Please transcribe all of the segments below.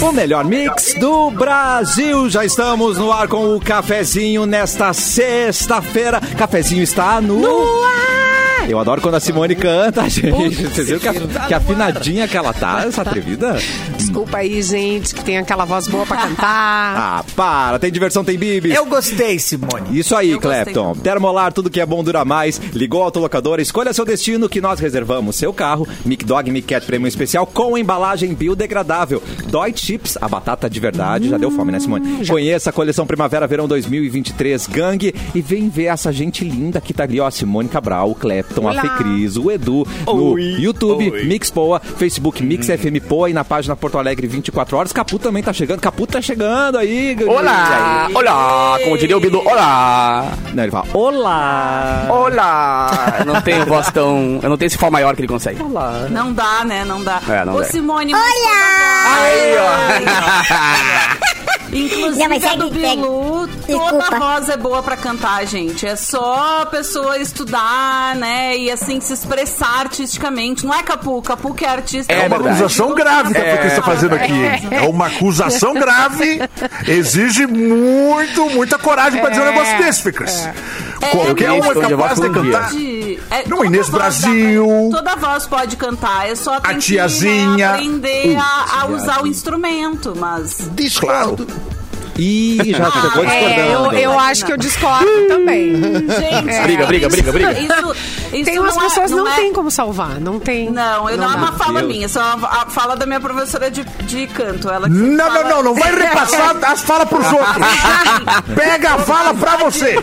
O melhor mix do Brasil. Já estamos no ar com o cafezinho nesta sexta-feira. Cafezinho está no. Eu adoro quando a Simone canta, gente. Vocês viram que, a- que afinadinha que ela tá, essa atrevida? Desculpa aí, gente, que tem aquela voz boa pra cantar. Ah, para. Tem diversão, tem bibis. Eu gostei, Simone. Isso aí, Eu gostei. Clapton. Termolar, tudo que é bom dura mais. Ligou a autolocadora, escolha seu destino que nós reservamos seu carro. Mic Dog Mic Cat Prêmio Especial com embalagem biodegradável. Dói Chips, a batata de verdade. já deu fome, né, Simone? Conheça a coleção Primavera Verão 2023 Gangue e vem ver essa gente linda que tá ali, ó, a Simone Cabral, o Clapton, Olá. a Fecris, o Edu, no YouTube, Mixpoa, Facebook Mix FM Poa e na página Porto Alegre 24 horas. Capu também tá chegando, Capu tá chegando aí. Olá, Aí. olá, Ah, como diria o Bidu, olá, Não, ele fala, olá. olá. Eu não tenho voz tão, eu não tenho esse fó maior que ele consegue. Olá. Não dá, né? Não dá. É, não Ô, dá. Simone, é Olha! Aí, ó. Inclusive, Não, mas a segue, do segue. Bilu, toda Desculpa. voz é boa pra cantar, gente. É só a pessoa estudar, né? E assim, se expressar artisticamente. Não é Capu, Capu que é artista. É É uma verdade. acusação grave né, que a Patrícia está tá fazendo aqui. É uma acusação grave. Exige muito, muita coragem para dizer um negócio desse, Ficas. Qualquer um não, é mas eu já vou capaz de aplaudir. cantar. De- é, No toda Inês voz Brasil. dá- toda voz pode cantar, é só tem que, né, tiazinha. Uh, aprender a, a usar o instrumento, mas Claro. Ih, já chegou É, eu, discordando. eu acho que eu discordo também. gente, Briga, briga, briga, briga. Isso, isso Tem umas não é- pessoas que não, é- tem como salvar, não tem. Não, eu não, dá. é uma fala Deus. minha, isso é uma a fala da minha professora de, de canto. Ela que sempre Não, fala- não, não, não vai repassar as falas pros outros. Pega a fala pra você.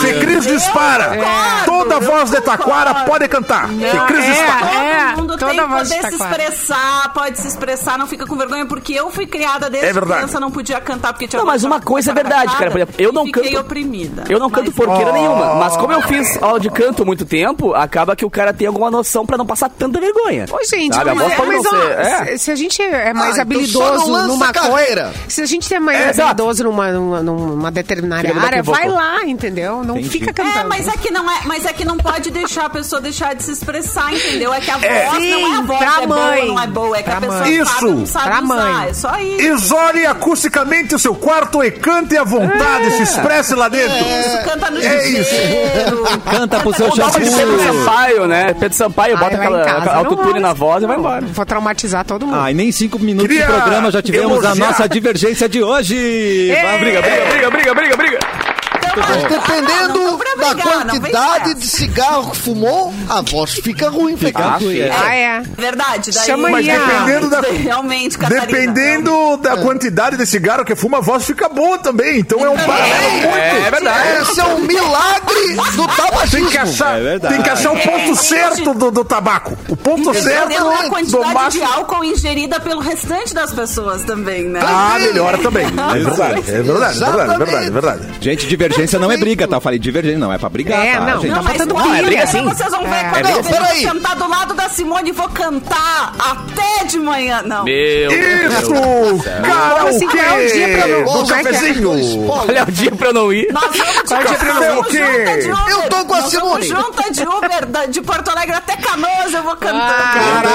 Se Cris dispara, toda voz de Taquara pode cantar. Se Cris é. dispara. É, Todo mundo toda tem que voz de poder se taquara. expressar, pode se expressar, não fica com vergonha, porque eu fui criada desde É verdade. criança, não podia cantar porque tinha Não, mas uma coisa é verdade, cara, por exemplo, eu não fiquei canto- oprimida. Eu não canto Mas- é, porqueira nenhuma, mas como eu fiz aula de canto há muito tempo, acaba que o cara tem alguma noção pra não passar tanta vergonha. Ô, gente, Sabe, a mas, voz pode mas, não ó, ser- é. se- se a gente é mais Ah, então só habilidoso não lança numa carreira. coisa. Se a gente é mais É, exato. habilidoso numa, numa, numa determinada Fica no área, vai equívoco. lá, entendeu? Não Entendi. fica É, cantando. mas é que não é, mas é que não pode deixar a pessoa deixar de se expressar, entendeu? É que a voz não é a Sim, voz, pra é boa, mãe. não é boa, é que Pra a pessoa mãe. sabe, não Isso, sabe pra usar, mãe. é só isso. Isole acusticamente o seu quarto e cante à vontade, se expresse lá dentro. É Isso, canta no É isso. chuveiro. Canta pro seu Ou dá uma de Pedro é shampoo. Sampaio, né? Pedro Sampaio, bota Ai, vai Ah, em aquela, casa, aquela não autotune vai. na voz e vai embora. Vou traumatizar todo mundo. Ah, e nem cinco minutos Queria de programa já tivemos a elogiar. nossa divergência de hoje. É. Vai, Briga, briga. briga, briga, briga, briga, briga. Mas dependendo Ah, não, não pra da brigar, não vem quantidade nessa. de cigarro que fumou, a voz fica ruim, fica Ah, ruim. filha. Ah, é. Verdade, daí Chama aí a- Dependendo da- realmente, Catarina. Dependendo da quantidade de cigarro que fuma, a voz fica boa também. Então é um paralelo muito. É verdade. Esse é um milagre Tem do que tabagismo. achar, É verdade. tem que achar o ponto É, certo gente. do, do tabaco. O ponto certo Dependendo da do quantidade de máximo. álcool ingerida pelo restante das pessoas também, né? Ah, melhora também. É verdade, é verdade, é verdade, é verdade, é verdade. Gente, divergência não é briga, tá? Eu falei divergência, não é pra brigar, É, tá, não, gente? não. tá mas botando quando pilha. briga, Sim. Vocês vão ver É. quando Não, eu peraí. vou sentar do lado da Simone e vou cantar até de manhã. Não. Meu Deus. Isso! Como assim, qual é o dia pra Karaokê! eu- Do Como é que é? um cafezinho! Olha o dia pra eu não ir. Nós vamos de, Pode nós ser vamos o quê? junta de Uber. é Eu tô com a Nós vamos Simone. junta de Uber, da- de Porto Alegre até Canoas, eu vou cantar. Caraca.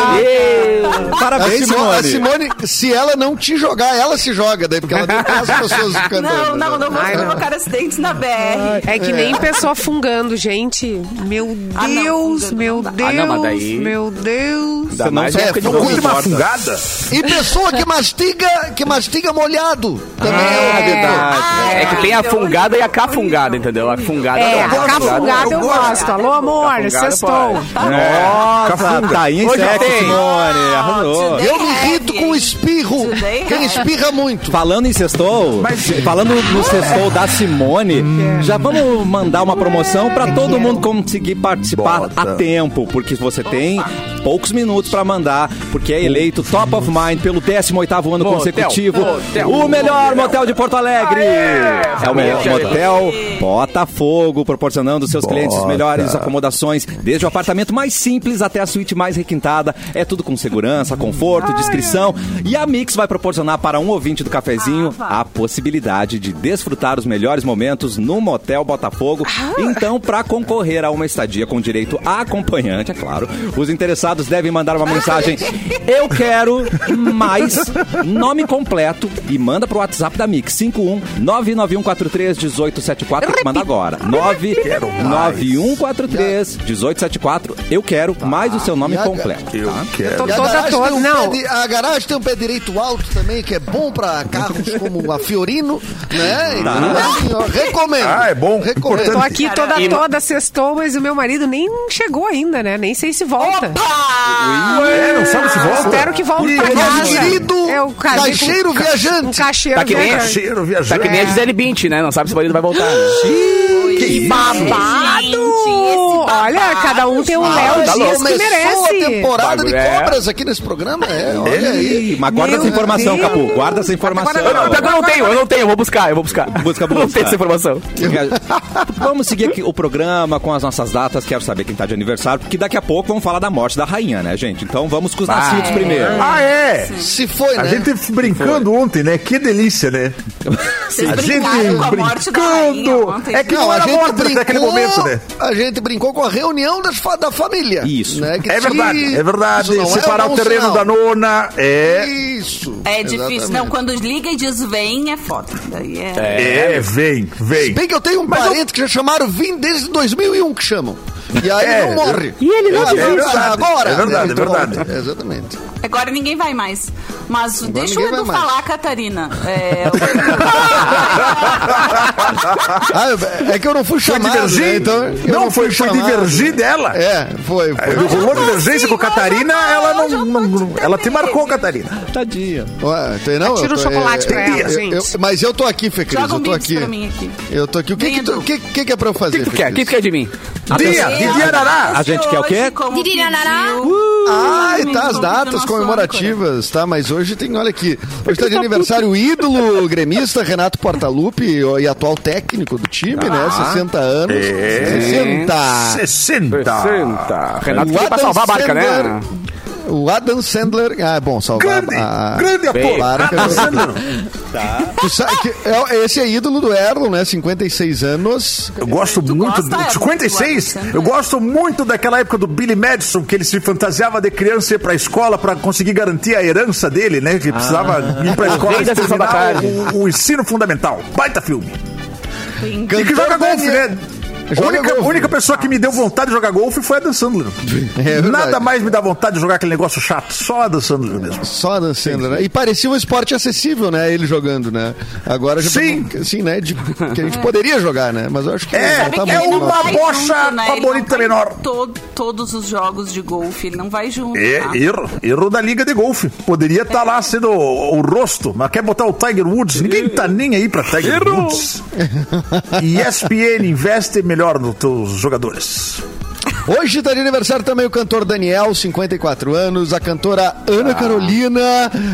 A Parabéns, Simone, a Simone. é Simone, se ela não te jogar, ela se joga, daí porque ela tem as pessoas né? cantando. não, não, não vou Ai, não. provocar acidentes na BR. É que nem pessoa fungando, gente. Meu Ah, não, Deus, fungando meu não dá. Deus, Ah, não, mas daí- meu Deus. Você não mais só é, porque não não Curte uma importa. fungada? E pessoa que mastiga, que mastiga molhado. Também é uma verdade. Ah, É que tem a fungada e a cafungada, entendeu? A fungada É, não, a cafungada eu gosto. Alô, amor, Cafungada sextou. É. Nossa, Cafunda. tá aí em Hoje sexo, tem. Simone. Arrasou. é. today. Eu me É. irrito com espirro. Today Quem have. espirra muito. Falando em sextou, falando no sextou da Simone, Hum. já vamos mandar uma promoção pra todo é? mundo conseguir participar a tempo, porque você tem poucos minutos pra mandar, porque é eleito Top of Mind pelo 18º ano Motel, consecutivo, motel, o melhor motel de Porto Alegre. É o melhor Aê! motel Botafogo, proporcionando aos seus clientes as melhores acomodações, desde o apartamento mais simples até a suíte mais requintada. É tudo com segurança, conforto, discrição E a Mix vai proporcionar para um ouvinte do cafezinho Ah, vá. a possibilidade de desfrutar os melhores momentos no Motel Botafogo. Ah. Então, para concorrer a uma estadia com direito a acompanhante, é claro, os interessados devem mandar Ah, uma mensagem eu quero mais nome completo e manda pro WhatsApp da Mix 51 99143 1874, manda agora. 99143 1874, eu quero mais o seu nome Iaga. completo. Ah, Eu quero. Tô E a toda garagem toda, tem um não. pé de- a garagem tem um pé direito alto também, que é bom pra carros como a Fiorino, né? Então, assim, ó, recomendo. Tá. Ah, é bom. Tô Recomendo. Importante. aqui toda, toda, sextou, mas o meu marido nem chegou ainda, né? Nem sei se volta. Ah, É, não sabe se volta? Espero que volte Ih, pra ele é casa. querido Eu casei com caixeiro um ca- viajante. Um caixeiro Tá que nem viajante. Cheiro Tá viajante. que nem a Gisele Bint, né? Não sabe se o marido vai voltar. né? Que Babado! Olha, cada um tem um Léo tá Dias que Começou a merece. temporada de Bagulho, é. cobras aqui nesse programa. É, olha aí. Ei, mas guarda Meu essa informação, Deus. Capu. Guarda essa informação. Eu não, pior que eu não tenho, eu não tenho, eu vou buscar, eu vou buscar. Busca, Eu Não busca. tenho essa informação. Vamos seguir aqui o programa com as nossas datas. Quero saber quem tá de aniversário, porque daqui a pouco vamos falar da morte da rainha, né, gente? Então vamos com os nascidos primeiro. Ah, é. Se foi, A né? gente teve brincando ontem, né? Que delícia, né? Vocês A gente brincaram com a morte da rainha brincando. ontem. É que não, a era gente morta até aquele momento, né? A gente brincou com a reunião das fa- da família. Isso. né? Que É verdade, se- é isso verdade. não é Separar um o terreno sinal. da nona é. Isso. É difícil. Não, Exatamente. quando liga e diz vem, é foda. Daí é... É, vem, vem. Bem que eu tenho um parente que já chamaram Vim desde 2001 que chamam. E aí É. não morre. E ele não Eu morre. vim É verdade, agora. é verdade, é Então, verdade. Exatamente. Agora ninguém vai mais. Mas deixa o ninguém Edu vai mais. falar, Catarina. É, Ah, eu- é que eu não fui Foi chamado. divergir? né? Então, eu não, foi, fui foi chamado. divergir dela. É, foi. foi. Eu Rolou divergência com a Catarina, Hoje eu tô- ela não. hoje eu tô não- não- de ela te bem. marcou, Catarina. Tadinha. Ué, tem não? Tira Eu o tô- chocolate é- pra eu- ela, gente. eu- Mas eu tô aqui, Fê Cris, Joga um eu tô bits aqui. pra mim aqui. Eu tô aqui. O que Vem, que, tu- Edu. o que, que que é pra eu O que fazer? que tu Fê quer? O que Cris? tu quer de mim? Dia, Atenção. É Didi Arará. Uh, A gente quer o quê? Didi Arará. Ai, tá as datas comemorativas, tá? Mas hoje tem, olha aqui, hoje tá de aniversário o ídolo gremista Renato Portaluppi e atual técnico do time, né? Ah. 60 anos. 60. 60. Senta. É. Renato veio pra salvar a barca, né? O Adam Sandler. Ah, é bom, salvar Grande, a. grande ator. Para, ah, tá. que- Adam Sandler. Tu sabe que é- esse é ídolo do Erlon, né? 56 anos. Eu gosto muito gosta, do é, 56. muito do Eu gosto muito daquela época do Billy Madison, que ele se fantasiava de criança e ia pra escola pra conseguir garantir a herança dele, né? Que precisava ir pra escola Ah. rei e da sessão da terminar tarde. o, o ensino fundamental. Baita filme. E que Cantor joga golfe, Daniel- né? A Joga única, golfe. única pessoa que me deu vontade de jogar golfe foi a Dan Sandler. É verdade. Nada mais me dá vontade de jogar aquele negócio chato. Só a Dan Sandler mesmo. Só Adam Sandler, né? E parecia um esporte acessível, né? Ele jogando, né? Agora já Sim. Sim, né? de- que a gente poderia jogar, né? Mas eu acho que É, não Sabe tá que é ele muito não uma nosso. vai bocha junto, né? com a Ele não bolita vai em menor. to- todos os jogos de golfe, ele não vai junto. É, tá? erro, erro da liga de golfe. Poderia estar lá sendo o, o rosto, mas quer botar o Tiger Woods. Ninguém tá nem aí pra Tiger Woods. E ESPN investe melhor nos teus jogadores. Hoje tá de aniversário também o cantor Daniel, 54 anos, a cantora Ah. Ana Carolina,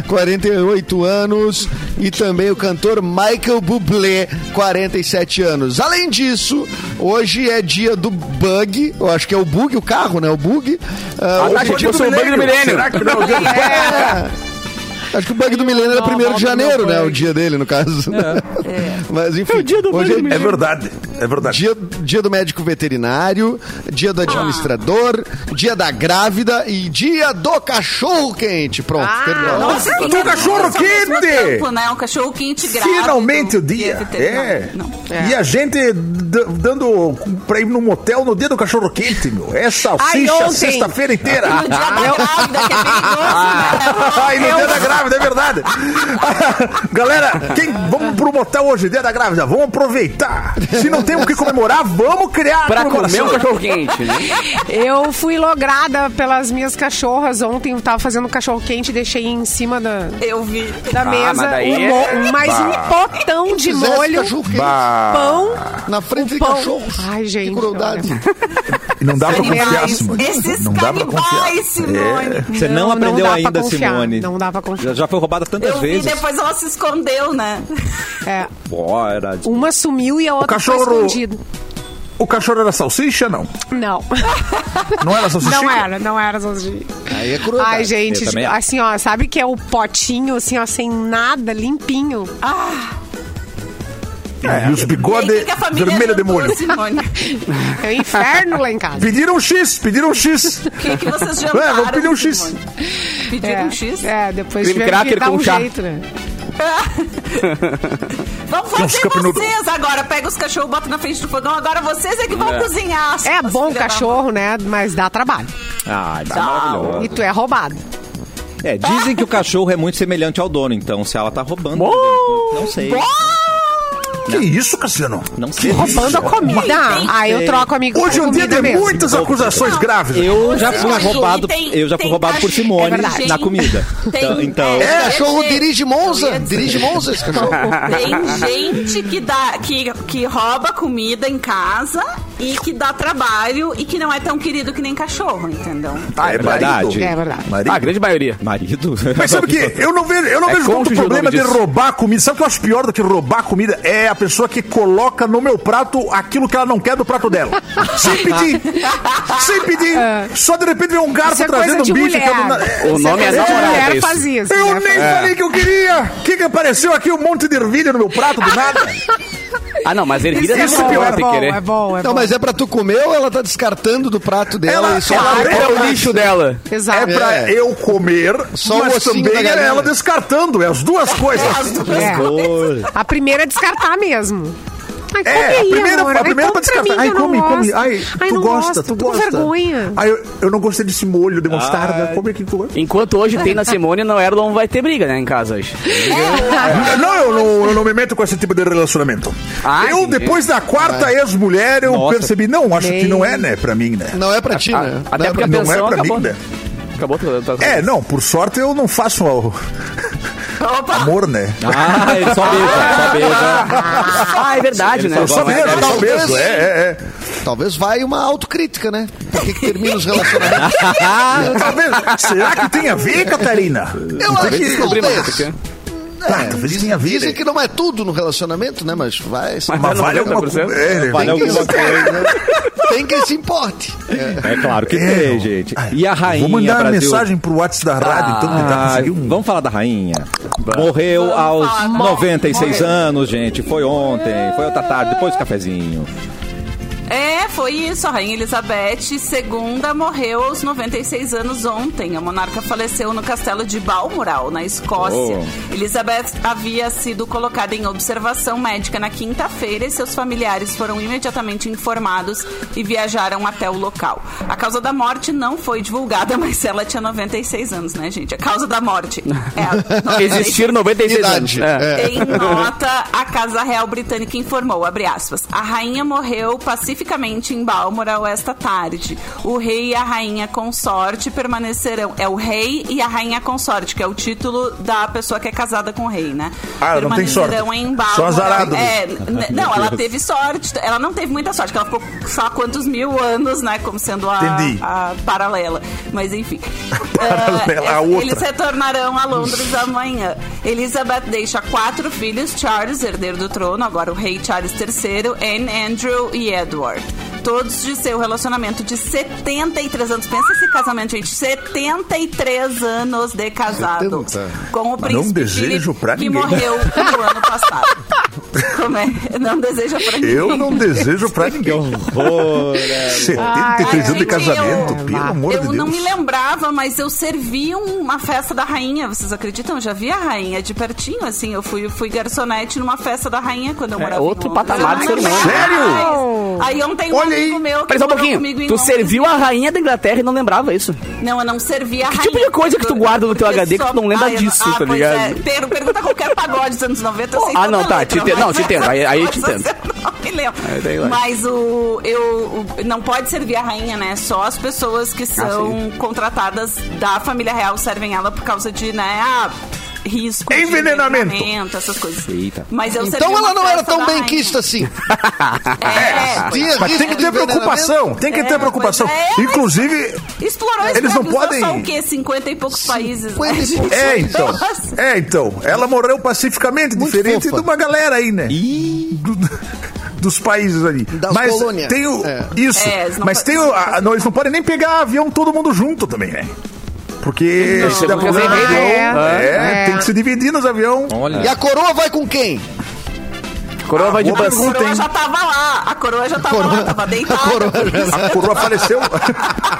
48 anos, e também o cantor Michael Bublé, 47 anos. Além disso, hoje é dia do bug, eu acho que é o bug, o carro, né? O bug. Ah, Ah, tá, hoje- gente, eu sou o bug do milênio. Será que não é o dia do É. Acho que o bug do milênio Ah, era 1 de janeiro, né? O dia dele, no caso. É. Mas enfim, hoje é É verdade, é verdade. Dia, dia do médico veterinário, dia do administrador, dia da grávida e dia do cachorro quente. Pronto, terminou. Nossa, Nossa, quem tem um é cachorro nossa, ao mesmo quente! tempo, né? Um cachorro quente grávido. Finalmente o dia. que veterinário. É. Não. E a gente d- dando pra ir no motel no dia do cachorro quente, meu. É Ai, salsicha ontem. sexta-feira inteira. Ah. No dia da grávida, que é perigoso, né? Ai, no dia da grávida, é verdade. Galera, quem, vamos pro motel hoje, dia da grávida. Vamos aproveitar. Se não tem o que comemorar, vamos criar Pra comer comemoração. um cachorro quente, né? Eu fui lograda pelas minhas cachorras ontem. Eu tava fazendo cachorro quente e deixei em cima da, Eu vi. da mesa Ah, mas daí é um mo- mais um potão de Fizesse molho, cachorro quente pão. na frente de pão. Ah, cachorros. Ai, gente, Que crueldade. Não dá pra confiar, Canibais. Simone. Esses Não dá pra confiar. É. canibais, Simone. Você não, aprendeu dá pra ainda, confiar, Simone. Não dá pra Já, confiar. já foi roubada tantas Eu vi, vezes. depois ela se escondeu, né? É, Bora. uma sumiu e a outra cachorro- foi escondida. O cachorro era salsicha, não? Não. Não era salsicha? Não era, não era salsicha. Aí é cruel. Ai, Eu gente, também acho. assim, ó, sabe que é o potinho, assim, ó, sem nada, limpinho? Ah, É. E os bigode E aí, o que que a família vermelho de jantou, molho. Simone? é um inferno lá em casa. Pediram um X, pediram um X. O que, que vocês jantaram? É, vamos pedir um X. Simone? Pediram É, um X? é, depois tivemos que Creme cracker dar com um chá. jeito, né? Vamos Tem uns fazer cup noodle. vocês agora. Pega os cachorros, bota na frente do fogão. Agora vocês é que vão cozinhar. É Nossa, bom o filha da cachorro, né? Mas dá trabalho. Ah, isso é E maravilhoso. tu é roubado. É, Tá. dizem que o cachorro é muito semelhante ao dono, então se ela tá roubando. né? Não sei. Que isso, Cassiano? Não sei. Roubando a comida. Ah, Aí eu troco amigo é Hoje com um dia comida tem mesmo. muitas acusações graves. Eu já Não, fui mas roubado, tem- eu já tem fui roubado por cachorro- é Simone verdade. na comida. Tem- Então, então- Esse É, cachorro é, dirige eu Monza. ia dizer. Dirige Monza esse cachorro. Tem gente que, dá, que, que rouba comida em casa e que dá trabalho e que não é tão querido que nem cachorro, entendeu? Ah, É verdade. marido. É verdade. Marido. Ah, a grande maioria. Marido? Mas sabe o quê? Eu não vejo, eu não É vejo tanto cônjuge o problema nome de disso. roubar comida. Sabe o que eu acho pior do que roubar comida? É a pessoa que coloca no meu prato aquilo que ela não quer do prato dela. Sem pedir. Sem pedir. Só de repente vem um garfo É. Isso é coisa trazendo um de bicho. mulher. que eu não- é- O nome é Essa namorada. mulher isso. faz isso. Eu né? nem falei que eu queria. O que, que apareceu aqui? Um monte de ervilha no meu prato do nada. Ah, não, mas ervilha Isso não é se bom, pior é sem bom, querer. é bom, é Não, bom. mas é pra tu comer ou ela tá descartando do prato dela Ela- e só ela- vai É pra o ela- lixo dela. É Exato. pra É. eu comer, Só o mas ossinho da também é galinha. ela descartando. É as duas coisas. É. A primeira é descartar mesmo. Ai, come É, a aí, primeira, amor. a primeira Ai, pra come pra descartar. mim, Ai, eu não come, come. gosto. Ai, tu não gosta, gosto, tu tô com gosta. Ah, vergonha. Ai, eu, eu não gostei desse molho de mostarda. Como é que tu... Enquanto hoje tem na Simone, no Erlon vai ter briga, né, em casa hoje. Tá. É. Não eu, não, eu não me meto com esse tipo de relacionamento. Ah, eu, entendi. depois da quarta ex-mulher, eu Nossa. percebi, não, acho que não é, né, pra mim, né? Não é pra ti, né? Ah, Até Não é porque pra- a não é pensão pra mim, acabou. né? Acabou tá tua, tua É, não, por sorte eu não faço o Opa! amor, né? Ah, ele só beija, só beija. Ah, é verdade, né? Ele só Só Não, mesmo, é, só talvez. mesmo, é, é, Talvez vai uma autocrítica, né? Por que, que termina os relacionamentos? é. Talvez, será que tem a ver, Catarina? Eu acho que Descobrimos talvez. isso aqui. Ah, talvez tenha a ver. Dizem né? que não é tudo no relacionamento, né? Mas vai. Mas Mas vale alguma 90%? coisa. É, Vale tem, que alguma se, coisa. tem que se importe. É. É claro que É, tem, não. gente. E a rainha, Vou mandar uma Brasil? mensagem pro WhatsApp da rádio, então, tentar Ah, conseguir um... Vamos falar da rainha. Morreu aos falar. 96 Morreu. anos, gente. Foi ontem, foi outra tarde, depois do cafezinho. É, foi isso. A Rainha Elizabeth II morreu aos 96 anos ontem. A monarca faleceu no castelo de Balmoral, na Escócia. Oh. Elizabeth havia sido colocada em observação médica na quinta-feira e seus familiares foram imediatamente informados e viajaram até o local. A causa da morte não foi divulgada, mas ela tinha 96 anos, né, gente? A causa da morte. É, 96 Existir 96 Idade. anos. É. É. em nota, a Casa Real Britânica informou, abre aspas, a rainha morreu pacificamente em Balmoral esta tarde. O rei e a rainha consorte permanecerão... É o rei e a rainha consorte, que é o título da pessoa que é casada com o rei, né? Ah, não tem sorte. Permanecerão em Balmoral. Só azarado. É, n- não, ela teve sorte. Ela não teve muita sorte, que ela ficou sei lá quantos mil anos, né? Como sendo a, Entendi. a paralela. Mas enfim. Paralela, a Ah, outra. Eles retornarão a Londres amanhã. Elizabeth deixa quatro filhos: Charles, herdeiro do trono, agora o rei Charles III, Anne, Andrew e Edward. Todos de seu relacionamento de 73 anos. Pensa esse casamento, gente. 73 anos de casado. 70. Com o Mas príncipe não desejo Philip, pra que ninguém. morreu no ano passado. Como é? Não deseja pra ninguém. Eu não desejo pra ninguém. Horror. né? 73 anos de gente, casamento, eu- pelo amor de Eu Deus. não me lembrava, mas eu servi um, uma festa da rainha. Vocês acreditam? Eu já vi a rainha de pertinho, assim. Eu fui, fui garçonete numa festa da rainha quando eu morava É outro em patamar de ser humano. Sério? Aí ontem um Olha aí. amigo meu que Pera só um morou pouquinho. comigo em Tu Londres- serviu a rainha da Inglaterra e não lembrava isso. Não, eu não servi a Que rainha. tipo de coisa que tu guarda no teu Porque HD que tu não lembra Ah, eu- disso, ah, tá pois ligado? é. Per- Pergunta qualquer pagode dos anos 90, eu sei Ah, toda não, tá, letra, te entendo. mas Não, te entendo. Aí- aí eu te essas entendo. coisas eu Não me Aí tem lá. lembro. Mas o, eu, o- não pode servir a rainha, né? Só as pessoas Ah, que são contratadas da família real servem ela por causa de, né, ah, risco. de Envenenamento. envenenamento, essas coisas. Eita. Mas eu servi Então uma ela não era festa tão da bem rainha. quista assim. É, pois Tinha Mas tem risco que de ter preocupação, tem que É, ter preocupação. pois é, mas- Inclusive, Explorou Eles não escravizou podem- Só o quê? 50 e poucos países. né? 50 e poucos. é então, Nossa. é então. Ela morreu pacificamente, Muito diferente fofa. de uma galera aí, né? Ih, Do- dos países ali. Das mas colônias. tem o. É. Isso. É, eles não mas po- tem o. a- não, eles não podem nem pegar avião todo mundo junto também, né? Porque Não, se der porque problema no vem avião, avião. é, É. tem que se dividir nos aviões. E Olha. a coroa vai com quem? Coroa vai de boa bus. A Tem. coroa já tava lá. A coroa já tava lá, tava deitada. A coroa já- A coroa faleceu. A coroa foi faleceu.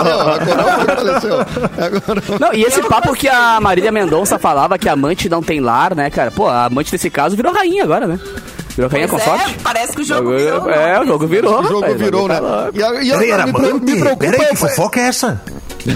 A coroa foi faleceu. É, A coroa- Não, e esse papo que a Marília Mendonça falava que a amante não tem lar, né, cara? Pô, a amante desse caso virou rainha agora, né? Virou rainha Pois consorte. é, parece que o jogo Agora- virou. né? É, o não. jogo virou. O jogo rapaz, virou, né? tá lá. E, a- e a- Peraí, era me, pre- amante? me preocupa. Peraí, que fofoca é essa?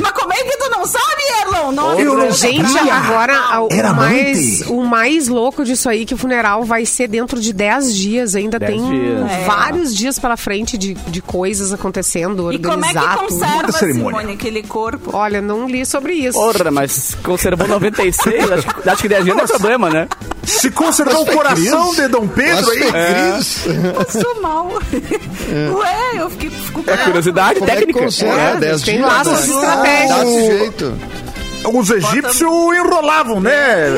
Mas como é que tu não sabe, Erlon? Não, Eu não Gente, sabia. agora o Era mais, amante. o mais louco disso aí é que o funeral vai ser dentro de 10 dias. Ainda Dez tem dias. É. vários dias pela frente de, de coisas acontecendo, E como é organizado. que conserva, Muita cerimônia. Simone, aquele corpo? Olha, não li sobre isso. Porra, mas conservou 96, acho, que- acho que 10 dias não é problema, né? Se conservar o coração de Dom As Pedro aí. fecris. Passou mal. Ué, eu fiquei fico É curiosidade Como é que técnica. consegue? É, É, 10 tem dias. lá né? suas Dá estratégias. jeito. Os egípcios enrolavam, né?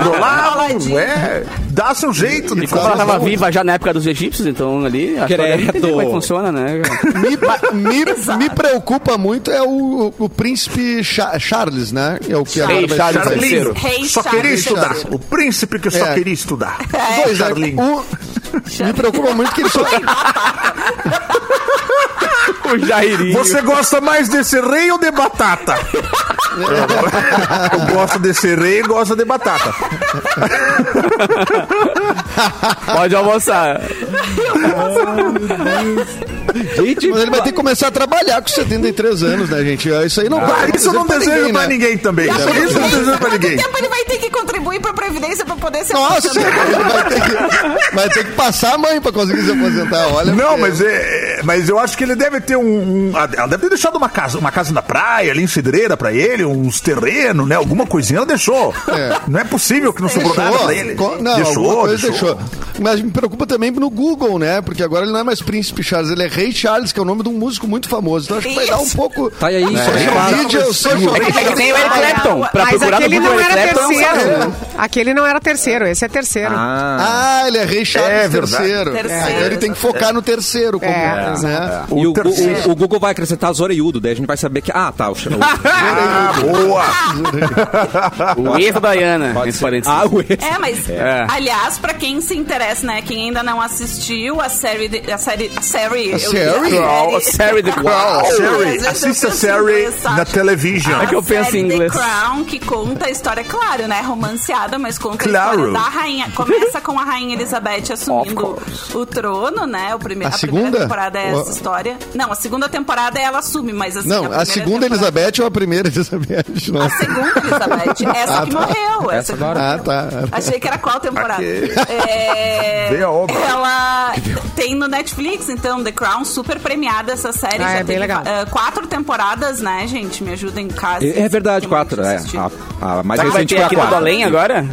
Enrolavam, é. Dá seu jeito de E como ela fazer. tava viva já na época dos egípcios, então ali, acho que ela deve entender Credo. como é que funciona, né? cara? Me, me, me preocupa muito é o, o, o príncipe Cha- Charles, né? É o que agora Ei, vai Charles ser. terceiro. Charlinho, Rei só queria Charles estudar. terceiro. O príncipe que só É. queria estudar. Dois, né? Charlinho. Um- me preocupa muito que ele só. O Jairinho. Você gosta mais desse rei ou de batata? Eu gosto desse rei e gosto de batata. Pode almoçar. Gente, Mas ele vai ter que começar a trabalhar com 73 anos, né, gente? Isso aí não Ah, vai. isso eu não desejo né? pra ninguém também. E a Isso eu não Previdência, desejo pra quanto ninguém. tempo ele vai ter que contribuir pra Previdência pra poder ser Nossa, aposentado? ele vai ter, que, vai ter que passar a mãe pra conseguir se aposentar, olha. Não, porque- mas, é, é, mas eu acho que ele deve ter um, um- ah, Ela deve ter deixado uma casa, uma casa na praia, ali em Cidreira pra ele, uns terrenos, né? Alguma coisinha ela deixou. Não é possível que não sobrou nada é pra ele. Co- Não, alguma coisa deixou. Mas me preocupa também no Google, né? Porque agora ele não é mais Príncipe Charles, ele é Rei Charles, que é o nome de um músico muito famoso. Então acho que vai dar um Isso. pouco. Tá aí, isso aí, social claro. media, o social É que, é que media. nem o Eric Clapton. Pra Mas procurar aquele no Google não Eric era Clapton, não sabe, né? terceiro. Aquele não era terceiro, esse é terceiro. Ah. Ah, ele é Rei É Charles verdade. terceiro. Terceiro. Ah, então ele tem que focar no terceiro. Como, É, né? E o, O terceiro. o- o- o Google vai acrescentar Zoreiudo, daí a gente vai saber que. Ah, tá. O, o, Ah, boa! O ex da Diana, nesse parênteses. ah, o É, mas, É. aliás, pra quem se interessa, né? Quem ainda não assistiu a série. de- a série. A série. A eu- série? Crow, a série The Crow. Às Sherry, vezes eu assista a penso em Sherry inglês, sabe? na televisão. É que eu A penso série em inglês. The Crown, que conta a história, claro, né? Romanceada, mas conta Claro. a história da rainha. Começa com a rainha Elizabeth assumindo Of o trono, né? O prime A a segunda? primeira temporada é Ou- essa história. Não, a segunda temporada ela assume, mas assim. Não, a primeira segunda temporada- Elizabeth ou a primeira Elizabeth? Não. A segunda Elizabeth. Essa tá. que morreu. Essa que Ah, tá. Achei que era qual temporada? Aqui. É... Veio a obra. Ela tem no Netflix, então, The Crown, super premiada essa série. Ah, é bem teve, legal. ah, quatro temporadas, né, gente? Me ajudem em casa. É verdade, Tem muito quatro. que É, assistir. a, a mais Será que vai recente ter foi a aqui do quatro. além agora?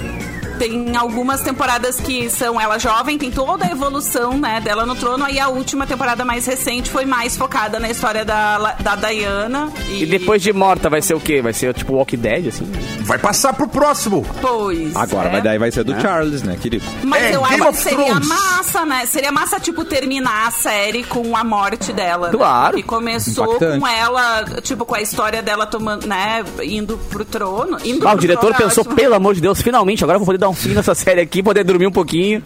Tem algumas temporadas que são ela jovem, tem toda a evolução né, dela no trono. Aí a última temporada mais recente foi mais focada na história da, La- da Diana. E, E depois de morta vai ser o quê? Vai ser tipo Walk Dead, assim? Vai passar pro próximo. Depois, Agora, é. mas daí vai ser do Charles, né, querido? Mas É, eu Game acho que of seria Thrones. massa, né? Seria massa, tipo, terminar a série com a morte dela. né? Claro. Que começou Impactante. com ela, tipo, com a história dela tomando, né? Indo pro trono. Indo Ah, o pro diretor trono é pensou, ótimo. pelo amor de Deus, finalmente, agora eu vou poder dar um fim nessa série aqui, poder dormir um pouquinho.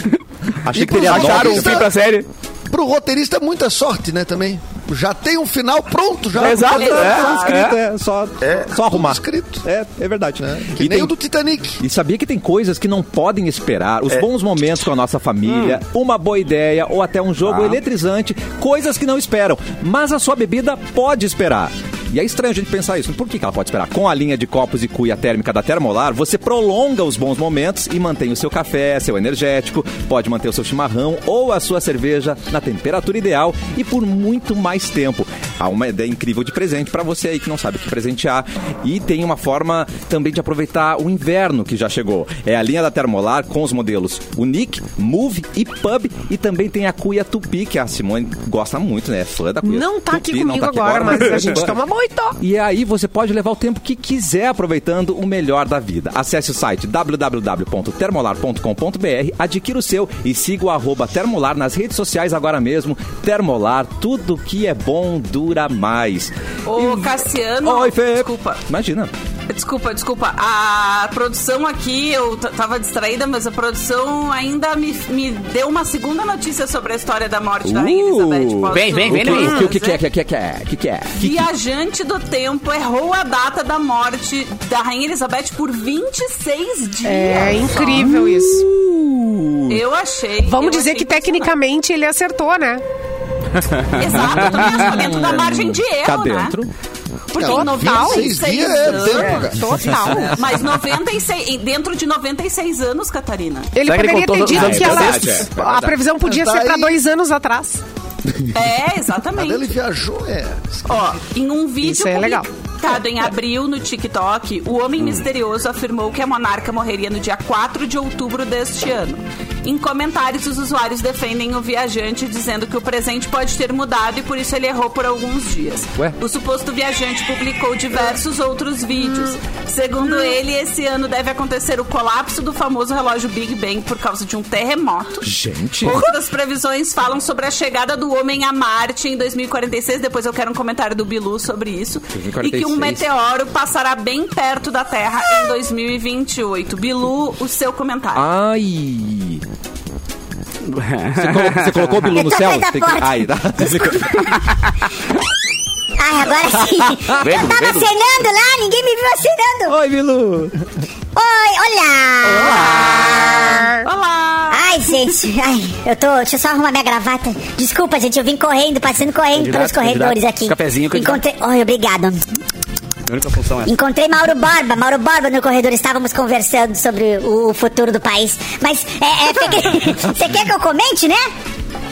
Achei que pros teria outros? Acharam um nove. fim pra série. Pro roteirista, muita sorte, né, também. Já tem um final pronto, já. Exato, Tá escrito, é, Um é. é, só, só arrumar. escrito. É, é verdade. Que E nem tem- o do Titanic. E sabia que tem coisas que não podem esperar? Os bons momentos com a nossa família, uma boa ideia ou até um jogo eletrizante, coisas que não esperam. Mas a sua bebida pode esperar. E é estranho a gente pensar isso. Por que que ela pode esperar? Com a linha de copos e cuia térmica da Termolar, você prolonga os bons momentos e mantém o seu café, seu energético, pode manter o seu chimarrão ou a sua cerveja na temperatura ideal e por muito mais tempo. Há uma ideia incrível de presente pra você aí que não sabe o que presentear. E tem uma forma também de aproveitar o inverno que já chegou. É a linha da Termolar com os modelos Unique, Move e Pub. E também tem a cuia Tupi, que a Simone gosta muito, né? É fã da cuia Não tá aqui Tupi, não comigo tá aqui agora, mas a gente fã. toma muito. E aí você pode levar o tempo que quiser aproveitando o melhor da vida. Acesse o site www.termolar.com.br, adquira o seu e siga o arroba Termolar nas redes sociais agora mesmo. Termolar, tudo que é bom dura mais. Ô, Cassiano. Oi, Fê. Desculpa. Imagina. Desculpa, desculpa. A produção aqui, eu t- tava distraída, mas a produção ainda me, me deu uma segunda notícia sobre a história da morte da Rainha Uh. Elizabeth. Posso- Vem, vem, vem, O que- Luiz. que- O que que é? O que que é? O que que é? Viajante do tempo errou a data da morte da Rainha Elizabeth por 26 dias. É incrível isso. Eu achei. Vamos eu dizer achei que tecnicamente ele acertou, né? impressionante. Exato, também acho que tá dentro da margem de erro, Tá né? dentro. Porque Não, em 96 26 dias é anos- tempo, cara. Total. Mas 96, e dentro de 96 anos, Catarina. Ele Será que ele poderia ter contou dito os que anos ela, dele? É verdade. a previsão podia Tá ser pra aí. dois anos atrás. É, Mas exatamente. Ele viajou, é. Ó, em um vídeo Isso é legal. publicado em abril no TikTok, o homem misterioso afirmou que a monarca morreria no dia 4 de outubro deste ano. Em comentários, os usuários defendem o viajante, dizendo que o presente pode ter mudado e por isso ele errou por alguns dias. Ué? O suposto viajante publicou diversos outros vídeos. Segundo ele, esse ano deve acontecer o colapso do famoso relógio Big Bang por causa de um terremoto. Gente. Outras previsões falam sobre a chegada do homem a Marte em 2046. Depois eu quero um comentário do Bilu sobre isso. 2046. E que um meteoro passará bem perto da Terra em 2028. Bilu, o seu comentário. Ai. Você colo- Você colocou o Bilu no Então céu? sai da Tem que- porta. Ai, tá. Ai, agora sim. Vendo, Eu tava vendo. acenando lá, ninguém me viu acenando. Oi, Bilu. Oi, olá. Olá! Ai, gente, ai, eu tô. Deixa eu só arrumar minha gravata. Desculpa, gente, eu vim correndo, passando correndo Candidato, pelos corredores candidato. aqui. Cafezinho, candidato. Encontrei. Oi, obrigado. A única função é essa. Encontrei Mauro Borba. Mauro Borba no corredor. Estávamos conversando sobre o, o futuro do país. Mas, é. é, você quer- você quer que eu comente, né?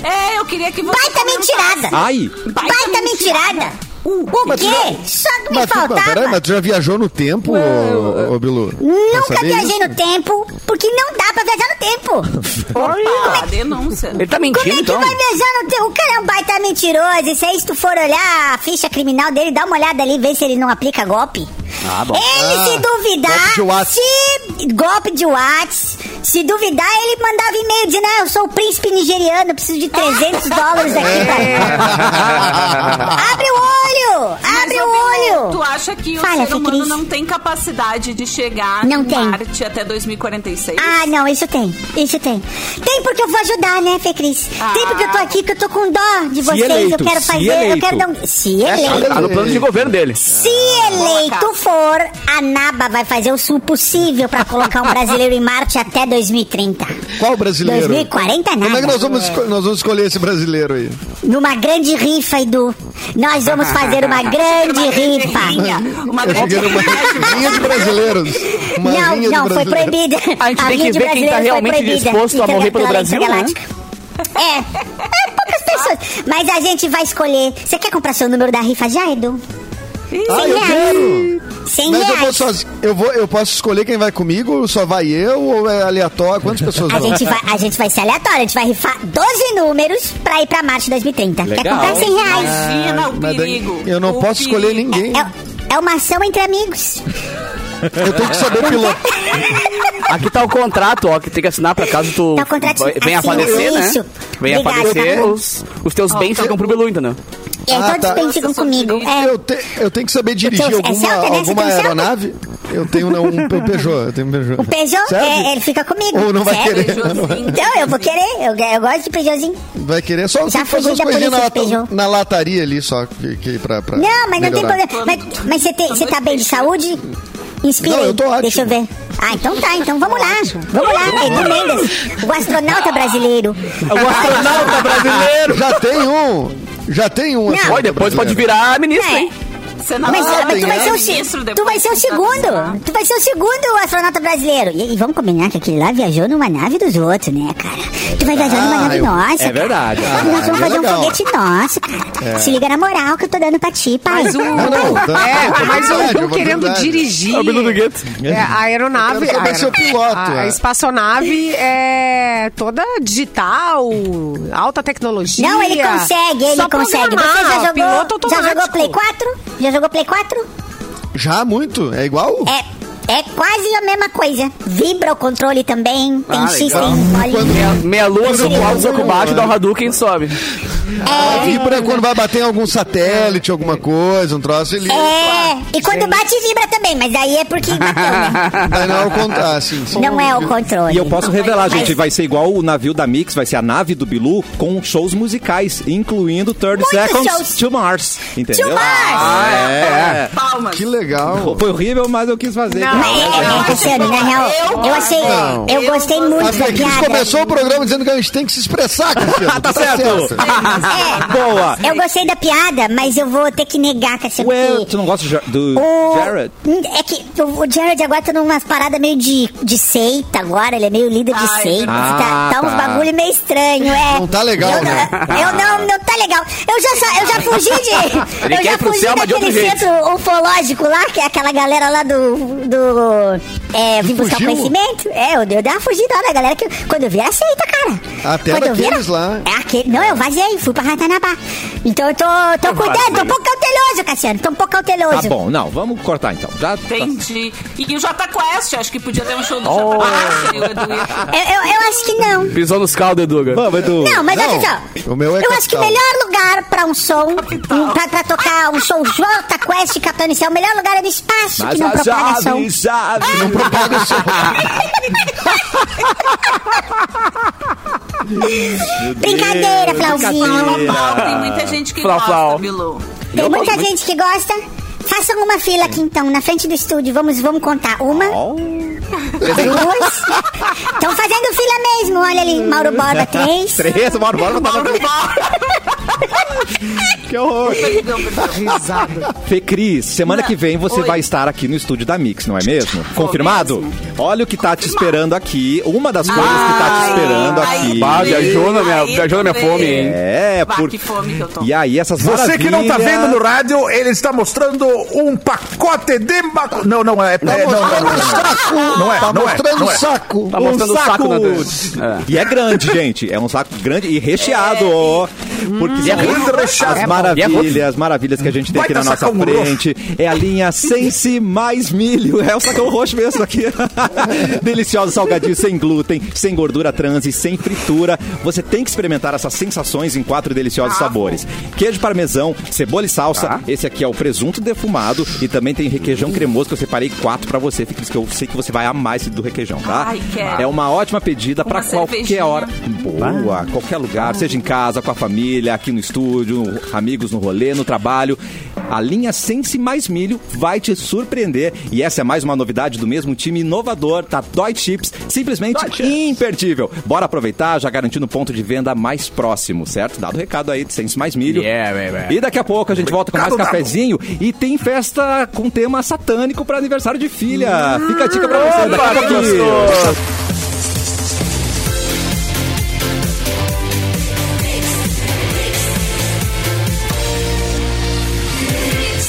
É, eu queria que você. Baita comentasse. Uh, mentirada. Ai. Baita Baita, mentirada. O mas tu quê? já- Só que me Mas, tu- mas, faltava. peraí, mas tu já viajou no tempo, ô, ô, Bilu? Tá Pra Nunca saber viajei isso? no tempo, porque não dá pra viajar no tempo. Opa, denúncia. Ele tá Como é mentindo, que então? vai viajar no tempo? O cara é um baita mentiroso. Isso aí, se tu for olhar a ficha criminal dele, dá uma olhada ali, vê se ele não aplica golpe. Ah, bom. Ele Ah, se golpe duvidar, de Whats. se golpe de Whats, se duvidar, ele mandava e-mail dizendo, ah, eu sou o príncipe nigeriano, preciso de 300 dólares aqui. É. pra- abre o olho! Mas, Abre ô, o Bilu, olho! Tu acha que o Fala, ser Fê humano Cris. não tem capacidade de chegar Não em tem. Marte até 2046? Ah, não, isso tem, isso tem. Tem porque eu vou ajudar, né, Fê Cris? Ah. Tem porque eu tô aqui, que eu tô com dó de vocês, eleito, eu quero se fazer, eu eleito. quero dar um... Se Tá- eleito. Tá no É. plano de governo dele. Se eleito for, a NABA vai fazer o su- possível pra colocar um brasileiro em Marte até 2030. Qual brasileiro? 2040 nada. Como é que nós vamos, esco- nós vamos escolher esse brasileiro aí? Numa grande rifa, Edu. Nós vamos fazer uma grande Uma grande rifa. rinha, Uma Eu grande cheguei numa linha de brasileiros. Uma não, linha de não, foi brasileiros. proibida. A gente tem linha que de ver quem tá brasileiros realmente foi proibida. disposto a Interga- morrer pelo pela Brasil, né? Intergaláctica. É. É, poucas pessoas. Mas a gente vai escolher. Você quer comprar seu número da rifa já, Edu? Ah, eu quero! 100 Mas eu vou reais. sozinho. Eu, vou, eu posso escolher quem vai comigo? Só vai eu ou é aleatório? Quantas pessoas A vão? gente, vai, a gente vai ser aleatório, a gente vai rifar 12 números pra ir pra Marte 2030. Quer Legal. comprar 100 reais? Ah, Imagina o Mas daí perigo. eu não O posso perigo. escolher ninguém. É, é uma ação entre amigos. Eu tenho que saber pilotar. é- Aqui tá o contrato, ó, que tem que assinar pra caso tu Tá o contrato- vai- venha a assina, falecer, né? isso. Venha a Obrigada, falecer, tá bom. os, os teus bens ficam pro Bilu, entendeu? E aí Ah, todos tá. bem ficam Nossa, comigo. sou É, Eu, te- eu tenho que saber dirigir Então, é alguma, Celta, né? Você alguma tem um Celta? aeronave. Eu tenho não, um Pe- Peugeot. Eu tenho um Peugeot. o Peugeot, Serve? é, ele fica comigo. Ou não vai Serve? querer? Peugeotzinho. Então, eu vou querer. Eu, eu gosto de Peugeotzinho. Vai querer só Já tem que fazer fugi umas da coisinhas na, polícia, lata- Peugeot. na lataria ali só. Que, que pra, pra Não, mas não tem melhorar. problema. Mas, mas você, tem- você tá bem de saúde? Inspira Não, eu aí. tô ótimo. Deixa eu ver. Ah, então tá. Então vamos lá. Vamos lá. Edu Mendes, o astronauta brasileiro. O astronauta brasileiro! Ah, Já tem um! Já tem um. Não. Olha, depois pode vir. virar ministro, hein? É. ser na Mas, hora, mas tu, vai né? ser o, Ministro se- tu depois vai ser o que tá avisado. segundo. Tu vai ser o segundo astronauta brasileiro. E, e vamos combinar que aquele lá viajou numa nave dos outros, né, cara? Tu vai viajar numa Ah, nave eu- nossa. É verdade. cara. Nós vamos Ah, fazer um legal. É. foguete nosso, cara. Se liga na moral que eu tô dando pra ti, pai. Mas o. Não, não, tá- é, tá mas o verdade, Edu é querendo verdade. dirigir. É o Bilu do Gueto. É, a Eu aeronave. quero saber a, se eu piloto, a- a é. espaçonave é toda digital, alta tecnologia. Não, ele consegue, ele Só consegue. programar, Você já ó, piloto jogou, já automático. jogou Play 4? Já jogou Play 4? Já muito? É igual? É, é quase a mesma coisa. Vibra o controle também, tem Ah, X, legal. tem bolinha. Meia, meia lua, soco alto, soco baixo, dá um Hadouken e sobe. É, Ela vibra quando vai bater em algum satélite, alguma coisa, um troço, ele... É, e quando bate, vibra também, mas aí é porque bateu, né? Aí não é o contrário, ah, sim, sim. Não é o controle. E eu posso revelar, Mas- é gente, vai ser igual o navio da Mix, vai ser a nave do Bilu com shows musicais, incluindo 30 Muitos Seconds shows. to Mars, entendeu? To Mars! Ah, é, Palmas. Que legal. é. Foi horrível, mas eu quis fazer. Não, Mas, é, é, Cassiano, na real, eu achei. Não. Eu gostei A muito da Beatriz piada. é começou o programa dizendo que a gente tem que se expressar, Ah, Cristiano. tá certo. É, Boa. eu gostei da piada, mas eu vou ter que negar, Cassiano. Ué, que tu não gosta do Jar- do É. o- Jared? É que o o Jared agora tá numa parada meio de, de seita agora, ele é meio líder de Ah, é seita. verdade. tá, tá uns Ah, tá. bagulho meio estranho, é. Não tá legal, eu, né? Eu não, não tá legal. Eu já, sa- eu já fugi de. Ele eu quer ir já pro fugi céu, mas de outro daquele jeito. centro ufológico lá, que é aquela galera lá do. do é, vim buscar fugiu? conhecimento. É, eu, eu dei uma fugida lá da galera que. Quando eu vi, era seita, cara. Até quando eu vi, era- daqueles lá. É aquele, não, eu vazei, fui pra Ratanabá. Então eu tô, tô cuidando, tô um pouco cauteloso, Cassiano, tô um pouco cauteloso. Tá bom, não, vamos cortar então. Já tá- Entendi. E o Jota Quest, acho que podia ter um show do Jota Quest. seria o Edu ia- Eu, eu, eu acho que não. Pisou nos caldos, Eduga. Vamos, Edu. Não, mas Não, olha só. o meu é eu acho que o capital. melhor lugar pra um som, um, pra, pra tocar um show Jota Quest e Capitão Inicial, o melhor lugar é no espaço, Mas que não Ah, a propaga som. chave, chave. Não Tá Brincadeira, Flauzinho. Flau, Tem muita gente que Flau, gosta, flau. Bilu. Tem muita gente que gosta. Façam uma fila aqui então, na frente do estúdio. Vamos, vamos contar. Uma, duas. Estão fazendo fila mesmo, olha ali. Mauro Borba, três. Três, bora, bora, bora. Mauro Borba. Que horror. Perdão, perdão. Fê Cris, semana Não. que vem você Oi. vai estar aqui no estúdio da Mix, não é mesmo? Confirmado? mesmo. Olha o que tá te esperando aqui. Uma das coisas que tá te esperando ai, aqui. Bah, ai, viajou na minha, Aí, viajou na minha bem. fome, hein? É, Bah, por... que fome que eu tô. E aí, essas Você que não tá maravilhas- vendo no rádio, ele está mostrando um pacote de maco... Não, não é. é não, Tá não, não, mostrando não, o não. saco. Não é, Tá não é, mostrando não o é. saco. Um Tá mostrando o saco na dança. E é Um grande, gente. É um saco grande e recheado. É, Hum. Porque são grande, recheado. as É bom. maravilhas, as maravilhas que a gente tem aqui na Baita nossa sacão frente. É a linha Sense mais milho. É o sacão roxo mesmo aqui. Delicioso salgadinho sem glúten, sem gordura trans e sem fritura. Você tem que experimentar essas sensações em quatro deliciosos Ah, sabores. Queijo parmesão, cebola e salsa. Tá. Esse aqui é o presunto defumado e também tem requeijão cremoso que eu separei quatro pra você, Fê Cris, que eu sei que você vai amar esse do requeijão, tá? Ai, quero. é uma ótima pedida pra Uma qualquer cervejinha. hora. Boa, qualquer lugar, seja em casa, com a família, aqui no estúdio, amigos no rolê, no trabalho. A linha Sense Mais Milho vai te surpreender. E essa é mais uma novidade do mesmo time inovador da Dói Chips, simplesmente imperdível. Bora aproveitar, já garantindo o ponto de venda mais próximo, certo? Dado o recado aí de Sense Mais Milho. Yeah, baby. E daqui a pouco a gente volta com mais Recado dado. cafezinho e tem festa com tema satânico para aniversário de filha. Fica a dica pra você daqui a pouquinho.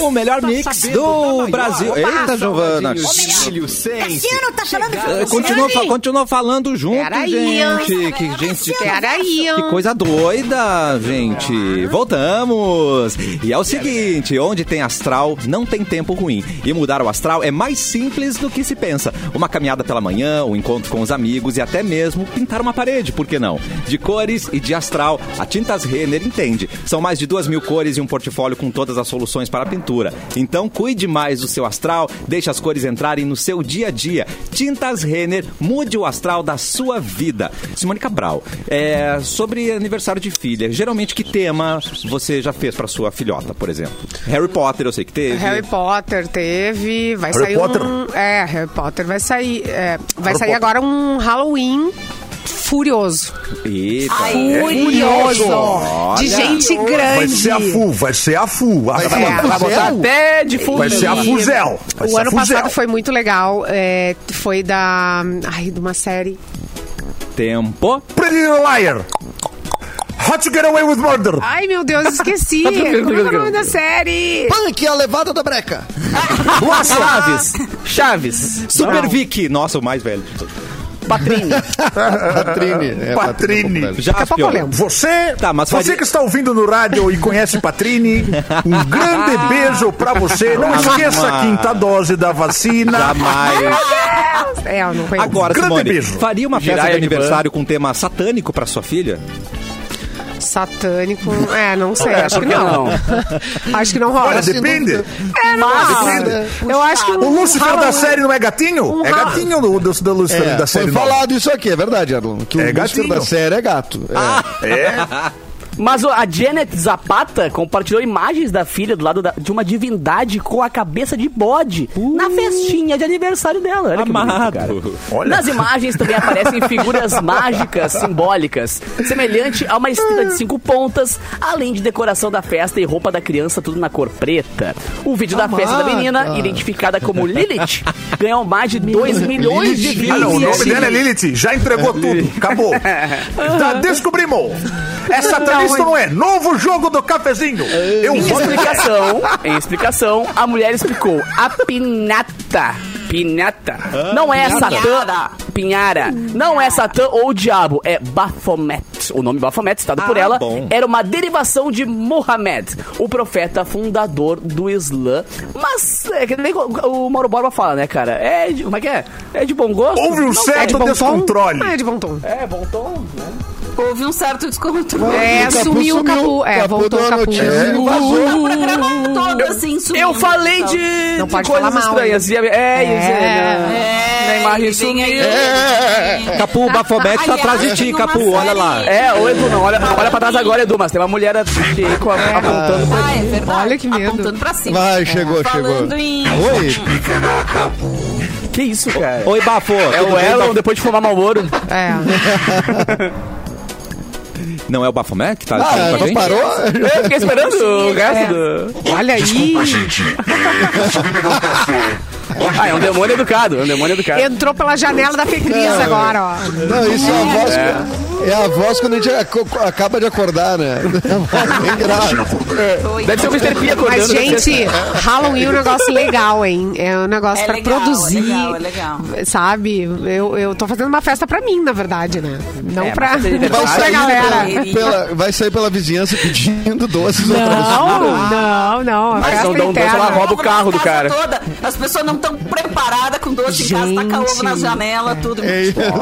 O Tá melhor mix do Brasil. Eita, Giovana. Milho sem. Cassiano tá falando Eh, Continua, fa- continua falando junto, Peraí, gente. Que, gente que- Peraí, que coisa doida, gente. Voltamos. E é o seguinte, onde tem astral, não tem tempo ruim. E mudar o astral é mais simples do que se pensa. Uma caminhada pela manhã, um encontro com os amigos e até mesmo pintar uma parede, por que não? De cores e de astral, a Tintas Renner entende. São mais de duas mil cores e um portfólio com todas as soluções para a pintura. Então cuide mais do seu astral, deixe as cores entrarem no seu dia a dia. Tintas Renner, mude o astral da sua vida. Simone Cabral, é, sobre aniversário de filha, geralmente que tema você já fez para sua filhota, por exemplo? Harry Potter, eu sei que teve. Harry Potter teve, vai Harry sair Potter? um, é, Harry Potter vai sair, é, vai Harry sair Potter. agora um Halloween furioso. Eita. Ai, Furioso. De gente Vai grande. ser a FU, vai ser a FU. A FU. Vai ser a Vai FU. botar- Até de fundo. Vai ser a Fuzel. Vai o ser a ano Fuzel. passado foi muito legal. é, foi da. Ai, de uma série. Tempo. Pretty Little Liar. How to Get Away with Murder. Ai, meu Deus, esqueci. Como é que é o nome da série? Punk, a levada da breca. Chaves. Chaves. Super Vic. Nossa, o mais velho. Patrinho. Patrine. É, Patrine. Patrine. Já Daqui a pouco eu lembro. Você, Tá, mas você faria- que está ouvindo no rádio e conhece Patrine, um grande beijo pra você. Não esqueça a quinta dose da vacina. Jamais. É, eu não conheço. Agora, Grande Simone, beijo. faria uma festa Jiraiya de aniversário com um tema satânico pra sua filha? Satânico. É, não sei. É, acho que por que não. acho que não rola. Olha, Acho que não- depende. É, não rola. depende. Eu acho que um- O Lúcifer da Halloween- série não é gatinho? Um É ra- gatinho do, do, do Lúcifer É, da série. foi nova. falado isso aqui, é verdade, Erlon. Que É o Lúcifer gatinho. da série é gato. É. É. Mas o- a Janet Zapata compartilhou imagens da filha do lado da- de uma divindade com a cabeça de bode na festinha de aniversário dela. Olha que bonito, cara. Amado. Olha. Nas imagens também aparecem figuras mágicas simbólicas, semelhante a uma estrela de cinco pontas, além de decoração da festa e roupa da criança, tudo na cor preta. O vídeo da festa da menina, identificada como Lilith, ganhou mais de 2 milhões de Lilith. views. Ah, não, o e nome assim, dela é Lilith. Já entregou tudo. Acabou. Já descobrimos. É satanista ou não é? Novo jogo do cafezinho. Eu Em voto explicação, em explicação, a mulher explicou. A pinata. Pinata. Ah, não é Satã. Pinhara. Não é Satã ou diabo. É Baphomet. O nome Baphomet, citado por Ah, ela, bom. era uma derivação de Mohamed, o profeta fundador do Islã. Mas, é que nem o o Mauro Borba fala, né, cara? É de, como é que é? É de bom gosto? Houve um Não, é de certo bom tom. descontrole. Ah, é de bom tom. É, bom tom. Houve um certo descontrole. É, O Capu sumiu o Capu. É, Capu voltou deu o uma Capu. notícia É. e vazou. O programa todo, assim, sumiu. Eu falei de, Não de pode coisas falar mal, estranhas. E a- É, é, É, Na imagem ele vem aí. sumiu. É, Capu, o Bafomete tá Aliás, atrás de ti, tem uma Capu. Olha lá. série. É, ô Edu, não, olha, olha pra trás agora, Edu, mas tem uma mulher aqui com a, apontando pra Ah, é verdade. Olha que medo. Apontando pra cima. Vai, chegou, É, Falando chegou. em... Oi, Que isso, cara? Oi, Bafo. é tudo o bem, Elon Bafo? depois de fumar Malboro. É. Não é o Bafomé que tá ah, falando com a não gente? parou? Eu fiquei esperando o resto do... Olha aí. Desculpa, gente. É, eu sou pedofilia. Ah, é um demônio educado, é um demônio educado. Entrou pela janela da Fecris É. agora, ó. Não, isso é a voz. É a voz quando a gente aco- acaba de acordar, né? É uma voz bem grave. Deve ser o Mr. P acordando. Mas, deve ser- gente, Halloween é um negócio legal, hein? É um negócio É pra legal, é produzir. legal, é legal. Sabe? Eu, eu tô fazendo uma festa pra mim, na verdade, né? Não É, pra, mas é não de Vai verdade. pra sair, galera. pela, pela- vai sair pela vizinhança pedindo doces ou Não, não, não. A Ah. Mas festa não dão doce, interna. ela rouba o carro do Casa cara. toda. As pessoas não estão preparadas com doce em casa, taca ovo na Gente. janela, tudo.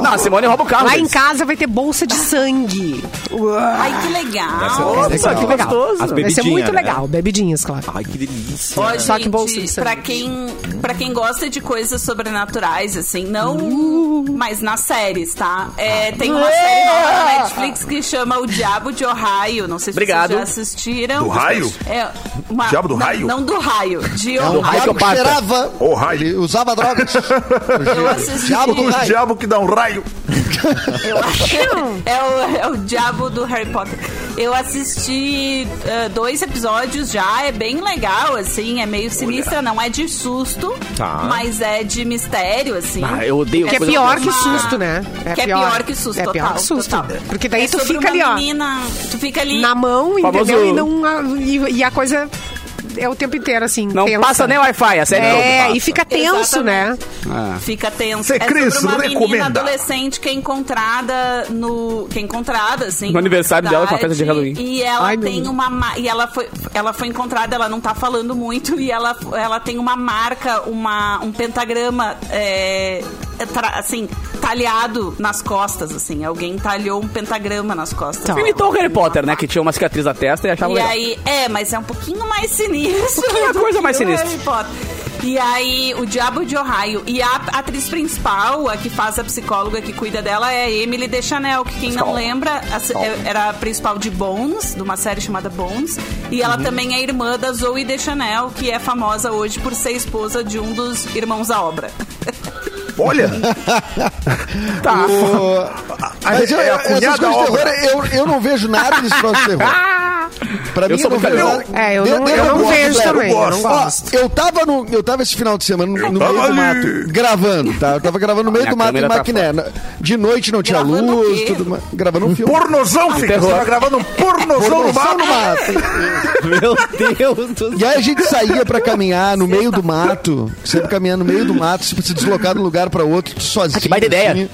Não, a Simone rouba o carro. Lá em deles. casa vai ter bolsa de sangue. Ai, que legal. Nossa, que legal. gostoso. As Vai ser bebidinhas, muito né? legal. Bebidinhas, claro. Ai, que delícia. Ó, Só que gente, bolsa de sangue. pra quem, pra quem gosta de coisas sobrenaturais, assim, não mas nas séries, tá? É, tem uma série nova na Netflix que chama O Diabo de Ohio. Não sei se Obrigado. vocês já assistiram. Do raio? É, uma, Diabo do não, raio? Não do raio, de É um Ohio. raio diabo que pata. cheirava. Ô, raio. Ele usava drogas. Eu assisti. Diabo do O raio. diabo que dá um raio. Eu acho. É o, é o diabo do Harry Potter. Eu assisti eh, dois episódios já, é bem legal, assim, é meio sinistra, não é de susto, Tá. mas é de mistério, assim. Ah, eu odeio Que é coisa pior horrorosa. que susto, né? que é pior que susto, É pior total, que susto. total. Porque daí É tu sobre fica ali, uma ó, menina, tu fica ali. na mão, entendeu? Famoso- E, não, e, e a coisa é o tempo inteiro, assim, Não tensa. passa nem Wi-Fi, a série toda É, passa. e fica tenso, né? Exatamente. Fica tenso. Fê é Cris, sobre uma menina recomenda. adolescente que é encontrada no. Que é encontrada, assim. No na aniversário dela, com a cidade, festa de Halloween. E ela Ai, meu tem Deus. uma. ma- E ela foi, ela foi encontrada, ela não tá falando muito, e ela, ela tem uma marca, uma, um pentagrama. é, tra- assim, talhado nas costas, assim. Alguém talhou um pentagrama nas costas. Tá. dela. Imitou o Então. Harry Potter, né? Que tinha uma cicatriz na testa e achava E Tá legal. aí, é, mas é um pouquinho mais sinistro. Um pouquinho a do coisa que mais o sinistra. Harry Potter. E aí, o Diabo de Ohio. E a atriz principal, a que faz a psicóloga que cuida dela, é a Emily DeChanel, que quem não lembra, a se- é- era a principal de Bones, de uma série chamada Bones. E Uhum. ela também é irmã da Zoe DeChanel, que é famosa hoje por ser esposa de um dos irmãos à obra. Olha, Tá. O- a- Mas eu, é a eu- essas cunhada coisas de obra. terror, eu, eu não vejo nada nesse troço de terror. Pra mim, eu, sou não muito vejo carioca. nada. É, eu De- não- de- eu não gosto, vejo Cléber, também, eu não Ó, gosto. eu tava no, eu tava esse final de semana no, no meio tava do ali. mato, gravando, tá? Eu tava gravando no meio Minha do mato em câmera tá Maquiné. De noite não tinha Gravando o luz, quê? tudo mais. Gravando um filme. Pornozão, filho. Você tá gravando um pornozão no Pornozão mato. no mato. Meu Deus do E aí a gente saía pra caminhar no meio do mato, sempre caminhando no meio do mato, se se deslocar de um lugar pra outro, tu sozinho. Ah, que baita ideia. assim.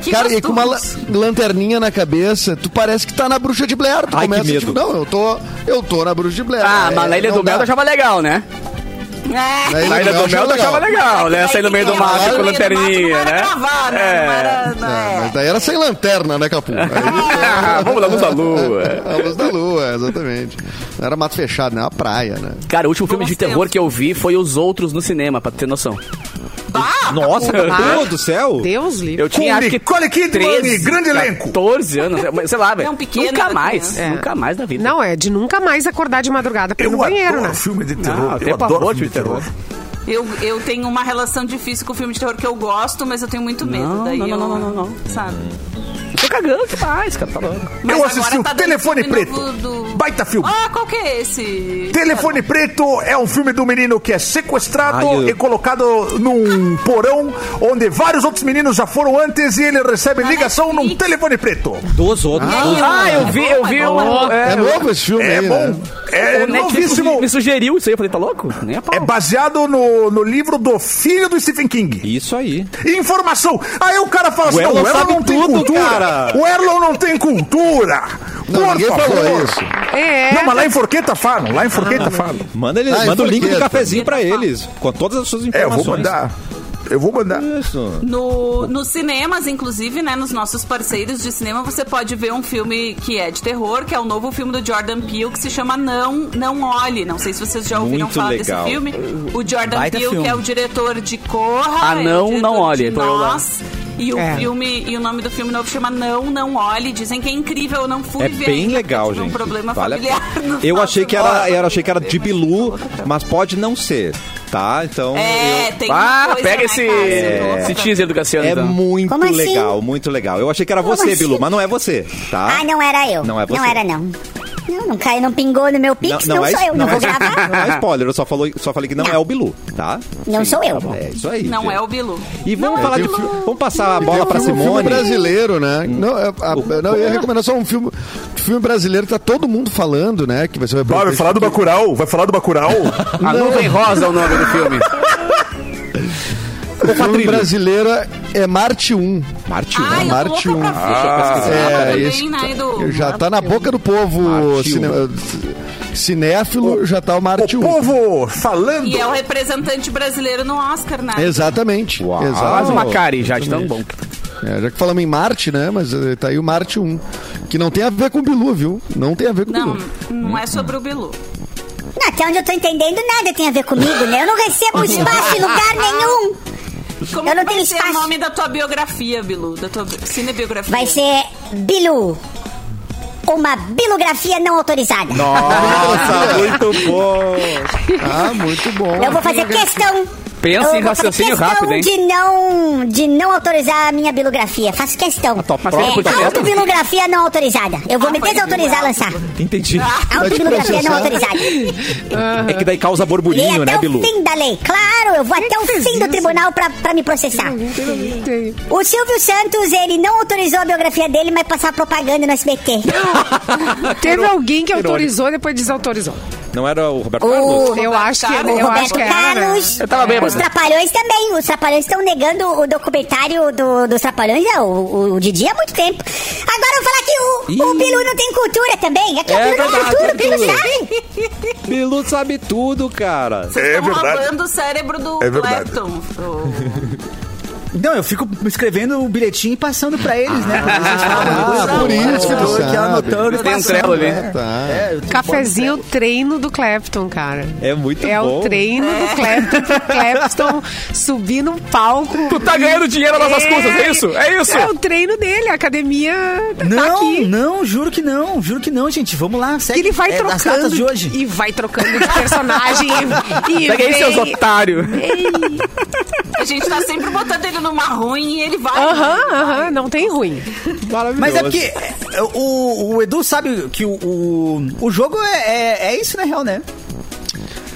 Que Cara, e com uma la- gostoso. lanterninha na cabeça, tu parece que tá na bruxa de Blair. Tu Ai, que começa medo. tipo, não, eu tô, eu tô na bruxa de Blair. Ah, É, mas na Ilha não do Mel dá. eu achava legal, né? É. Daí- Na Ilha do Tá Mel eu achava legal, né? Sair no meio do Mas mato no com meio do mato não lanterninha, era né? gravar, né? Não era- não Ah, é. mas daí era sem lanterna, né, Capu? Ah, Vamos lá, luz da lua. A luz da lua, exatamente. Não era mato fechado, né? Era uma praia, né? Cara, o último filme Bons de terror tempos. que eu vi foi Os Outros no cinema, pra ter noção. Nossa, meu Deus do céu. Ah, Deus livre. Eu tinha, Com acho que... Nicole Kidman e grande elenco. É 14 anos, é, sei lá, velho. Não, pequeno, nunca era né? mais, criança. nunca mais na vida. Não, é de nunca mais acordar de madrugada pra ir Eu no banheiro, adoro né? filme de Não, terror. tem eu adoro pavor filme de Ah, de terror. terror. Eu, eu tenho uma relação difícil com o filme de terror que eu gosto, mas eu tenho muito medo. Não, daí não, não, eu, não, não, não. Sabe? Tô cagando demais, cara, tá louco. Mas eu assisti agora o tá dando Telefone filme Preto. novo do- Baita filme. Ah, qual que é esse? Telefone Preto é um filme do menino que é sequestrado Ai, eu- e colocado num porão onde vários outros meninos já foram antes e ele recebe ligação num Netflix. telefone preto. Dos outros. Ah, eu vi, eu vi um... É, É, novo esse filme É aí, bom. né? É o Netflix novíssimo. me sugeriu isso aí, eu falei, tá louco? Nem a pau. É baseado no, no livro do filho do Stephen King. Isso aí. Informação. Aí o cara fala assim: Erlon não, o Erlon sabe não tem tudo, cultura. cara. O Erlon não tem cultura. Não, Por ninguém favor. falou isso. É. Não, mas lá em Forqueta falam, lá em Forqueta falam. Manda, ele, Ah, manda o link do Forqueta. cafezinho pra eles, com todas as suas É, eu vou informações. mandar. Eu vou mandar. Isso. No, nos cinemas, inclusive, né? Nos nossos parceiros de cinema, você pode ver um filme que é de terror, que é o novo filme do Jordan Peele, que se chama Não Não Olhe. Não sei se vocês já ouviram Muito falar legal. desse filme. O Jordan Baita Peele, filme. que é o diretor de Corra. Ah, é o Não, diretor Não Olhe, de tô eu lá. Nós. E o É. filme, e o nome do filme novo chama Não Não Olhe. Dizem que é incrível, eu não fui É ver. bem ainda, legal, porque tive gente. Um problema Vale a familiar. pena. no Eu final achei de que era, semana. eu achei que era Mas de Bilu, mas pode não ser, tá? Então É, eu- tem uma Ah, coisa, pega né, esse, Cássio? esse teaser do Cassiano. é então. muito Como assim? legal, muito legal. Eu achei que era Como você, assim? Bilu, mas não é você, tá? Ah, não era eu. Não é você. era, não. Não, não caiu, não pingou no meu pix, não, sou es- eu. Não, vou é, gravar. Não é spoiler, eu só, falou, só falei que não, é o Bilu, tá? Não sou eu. É isso aí. Não gente. é o Bilu. E vamos Não é falar o de Bilu. filme. Vamos passar a Tem bola um pra filme- um filme Simone. brasileiro, né? Não, é- a- não, eu ia recomendar só um filme, filme brasileiro que tá todo mundo falando, né? Que vai ser o Ah, vai falar do Bacurau? Vai falar do Bacurau? A Nuvem Rosa é o nome do filme. O filme brasileiro é Marte 1. Marte 1. Ai, Ah, eu Marte tô louca pra um. ver. é, também, isso né, Edu? Já tá na boca do povo Marte cine, cinéfilo, já tá o Marte o 1. povo falando. E é o representante brasileiro no Oscar, né? Exatamente. Uau. Faz exatamente. uma cara aí, já de tão bom. É, já que falamos em Marte, né? Mas eh, tá aí o Marte 1. Que não tem a ver com o Bilu, viu? Não tem a ver com o Não, Bilu. não é sobre o Bilu. Não, até onde eu tô entendendo, nada tem a ver comigo, né? Eu não recebo espaço em lugar nenhum. Como Eu não que vai tenho ser espaço. o nome da tua biografia, Bilu? Da tua bi- cinebiografia? Vai ser Bilu. Uma bilografia não autorizada. Ah, Nossa, muito bom. Ah, muito bom. Eu vou fazer questão. Pensa eu em vou fazer raciocínio questão rápido, hein? De não, de não autorizar a minha bilografia. Faço questão. tua É, própria bilografia? autobilografia não autorizada. Eu vou me foi desautorizar a Bilu, lançar. Entendi. Autobilografia não processar. autorizada. E É que daí causa borbulhinho, até né, o Bilu? fim da lei. Claro, eu vou até o fim do tribunal pra, pra me processar. O Silvio Santos, ele não autorizou a biografia dele, mas passar propaganda no SBT. Teve alguém que autorizou e depois desautorizou. Não era o Roberto O- Carlos? Eu acho que Roberto O eu acho Roberto que era. né? Carlos. Eu tava bêbado. Os Trapalhões também. Os Trapalhões estão negando o documentário do- dos Trapalhões, é, o, o, o Didi, há muito tempo. Agora eu vou falar que o, o Bilu não tem cultura também. Aqui é, É o Bilu não tem verdade, cultura, o Bilu cultura. sabe. Bilu sabe tudo, cara. Vocês É estão verdade. roubando o cérebro do É verdade. Clapton. Não, eu fico escrevendo o bilhetinho e passando pra eles, né? Pra ver se eles Ah, falam. por isso que tu Eu tô aqui sabe. anotando. Tem um passando, trelo ali. né? Tá. É, eu tô- Cafezinho treino do Clapton, cara. É muito é bom. o treino do Clapton. pro Clapton subir num palco. Tu tá ganhando dinheiro nas nossas custas, é isso? É isso? É o treino dele, a academia tá Não, aqui. não, juro que não, juro que não, gente. Vamos lá, segue. Que ele vai É, das trocando datas de hoje. e vai trocando de personagem e, e Pega aí, vem- seus otários. Ei. A gente tá sempre botando ele numa ruim e ele vai. Aham, aham, não tem ruim. Maravilhoso. Mas é porque é, o, o Edu sabe que o, o, o jogo é, é, é isso, na real, né?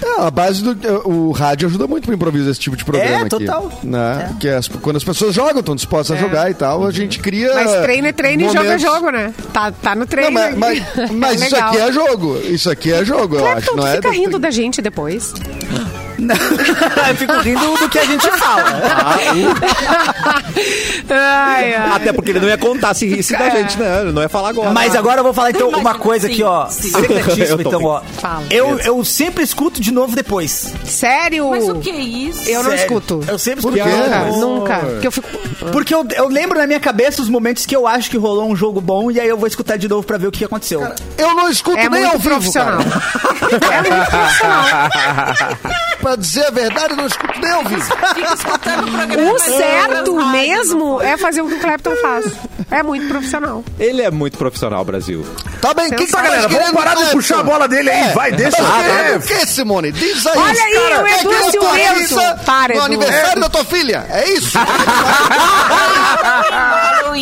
É, a base do. O rádio ajuda muito pro improviso esse tipo de É, programa aqui. total. É. Né? Que as- quando as pessoas jogam, estão dispostas a jogar e tal, a gente cria. Mas treina, treina e joga Ah, momentos- jogo, né? Tá, tá no Não, treino. mas mas, mas isso aqui é jogo. Isso aqui é jogo, eu Claro, acho. então Não tu é fica rindo da gente depois. Eu fico rindo do que a gente fala. Ai, ai. Até porque ele não ia contar se risse da gente, né? Ele não ia falar agora. Mas agora eu vou falar então Mas uma coisa sim, aqui, ó. sim. Secretíssima, Eu tô então, ó. Fala. Eu, eu sempre escuto de novo depois. Sério? Mas o que é isso? Eu não Sério. escuto. Eu sempre escuto. quê? de novo. Nunca, nunca. Amor. Porque eu fico. Porque eu, eu lembro na minha cabeça os momentos que eu acho que rolou um jogo bom e aí eu vou escutar de novo pra ver o que aconteceu. Eu não escuto É nem ao muito vivo, profissional. cara. É muito profissional. Pra dizer a verdade, eu não escuto nem ao vivo. Fica escutando o Tá programa. O certo mesmo é fazer o que o Clapton faz. É muito profissional. Ele é muito profissional, Brasil. Tá bem, o que que Tá, tá, Galera, vamos querendo parar de Clepton? puxar a bola dele É. aí. Vai, deixa. Tá Ah, querendo É, o quê, Simone? Diz aí. Olha aí, cara. o É Edu que eu tô Silvento. aqui Para, No Edu. aniversário da tua filha. É isso?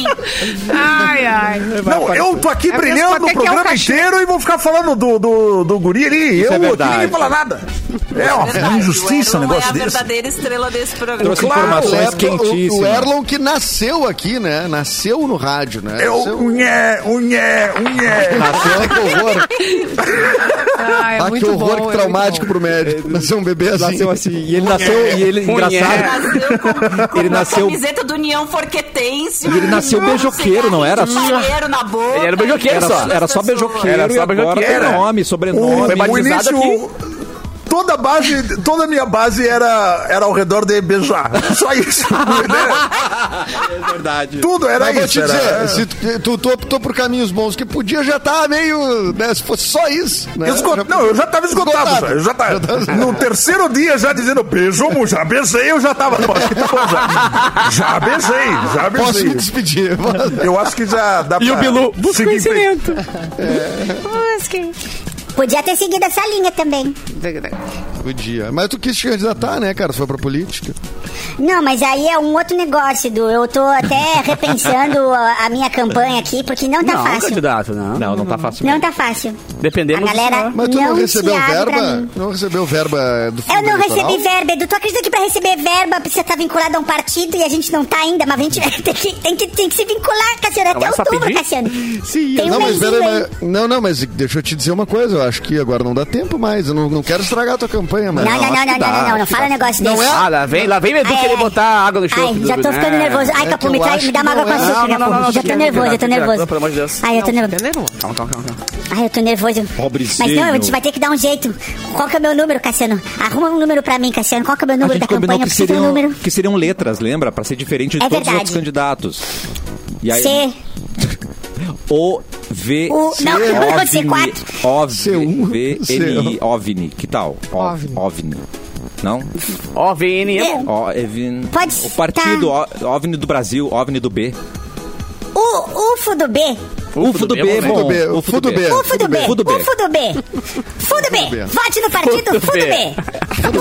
Ai, ai. Não, eu tô aqui É brilhando mesmo, o até que é um programa cachê. inteiro e vou ficar falando do, do, do guri ali. Isso é eu aqui verdade. ninguém fala nada. É uma injustiça um negócio é a desse. verdadeira estrela desse programa. Trouxe Claro. informações O Erlon- O, o quentíssimas. Erlon que nasceu aqui, né? Nasceu no rádio, né? É o Nasceu... unhé, unhé, unhé. Ah, que horror. Ai, é Ah, que muito bom, horror, que é traumático pro médico. Nasceu um bebê assim. Nasceu assim. E ele nasceu. E ele, engraçado. Nasceu com, com Ele uma nasceu- camiseta do União Forquetense. E ele nasceu beijoqueiro, não era? Ele na boca. Ele era beijoqueiro Ele Era só, só. das era só pessoas. beijoqueiro Era só e agora beijoqueiro. tem nome, sobrenome. Foi batizado Toda a base, toda a minha base era, era ao redor de beijar. Só isso. né? É verdade. Tudo era Mas vou te isso. dizer, Era... se tu, tu- tu optou por caminhos bons, que podia já tá meio, né, se fosse só isso, né? Esgot- Já- Não, eu já tava esgotado. Esgotado. já. Eu já tava... No terceiro dia, já dizendo, beijou, mu, já beijei, eu já tava. Pô, acho que tá bom, já. já beijei, já Posso me beijei. despedir. Eu acho que já dá pra. E o Bilu, busca seguir em frente. conhecimento. Podia ter seguido essa linha também. Podia. Mas tu quis te candidatar, né, cara? Tu Foi pra política. Não, mas aí é um outro negócio, Edu. Eu tô até repensando a, a minha campanha aqui, porque não tá não, é um fácil. candidato, não. Não, não tá fácil. Não tá fácil. A Dependemos. galera Mas tu não, não, se recebeu abre pra verba? mim. Não recebeu verba do fundo Eu não eleitoral? recebi verba, Edu. Tu acredita que pra receber verba precisa estar vinculado a um partido e a gente não tá ainda, mas a gente tem que, tem que, tem que se vincular, Cassiano, até vai só outubro, pedir? Cassiano. Sim, tem um Não, mas, mêsinho peraí, aí. mas- não, não, mas deixa eu te dizer uma coisa. Eu acho que agora não dá tempo mais. Eu não, não quero estragar a tua campanha, Não, mas... não, não, não, não, não, não, não fala um negócio Não desse. é- Ah, lá vem, lá vem o Edu Ai, querer ai. botar água no chão. Ai, já tô ficando nervoso. Ai, É Capu, que me, eu traz, acho me dá que uma água não com é. açúcar, Não, não, não, não, Capu. não, Já tô tira, nervoso, eu tô tira, nervoso. pelo amor de Deus. Ai, eu tô nervoso. Calma, calma, calma. calma. Ai, eu tô nervoso. Pobrezinho. Mas não, a gente vai ter que dar um jeito. Qual que é o meu número, Cassiano? Arruma um número pra mim, Cassiano. Qual que é o meu A número da gente campanha? combinou que Eu preciso de um seriam, número. que seriam letras, lembra? Pra ser diferente de É todos os verdade. outros candidatos. E aí, C. O, V, O- C, não, não pode ser OVNI, quatro. OVNI, C1, V, N, I, OVNI, que tal? um. O- OVNI. OVNI. Não? Ó, VN é bom. O, EVN. Pode O partido tá. O- OVNI do Brasil, OVNI do B. O UFO do B. UFO do B, bom, é bom. né? Ufo do B. UFO do B. Fudo B. UFO do B. Fudo B. Vote Fudo no partido Fudo B. B.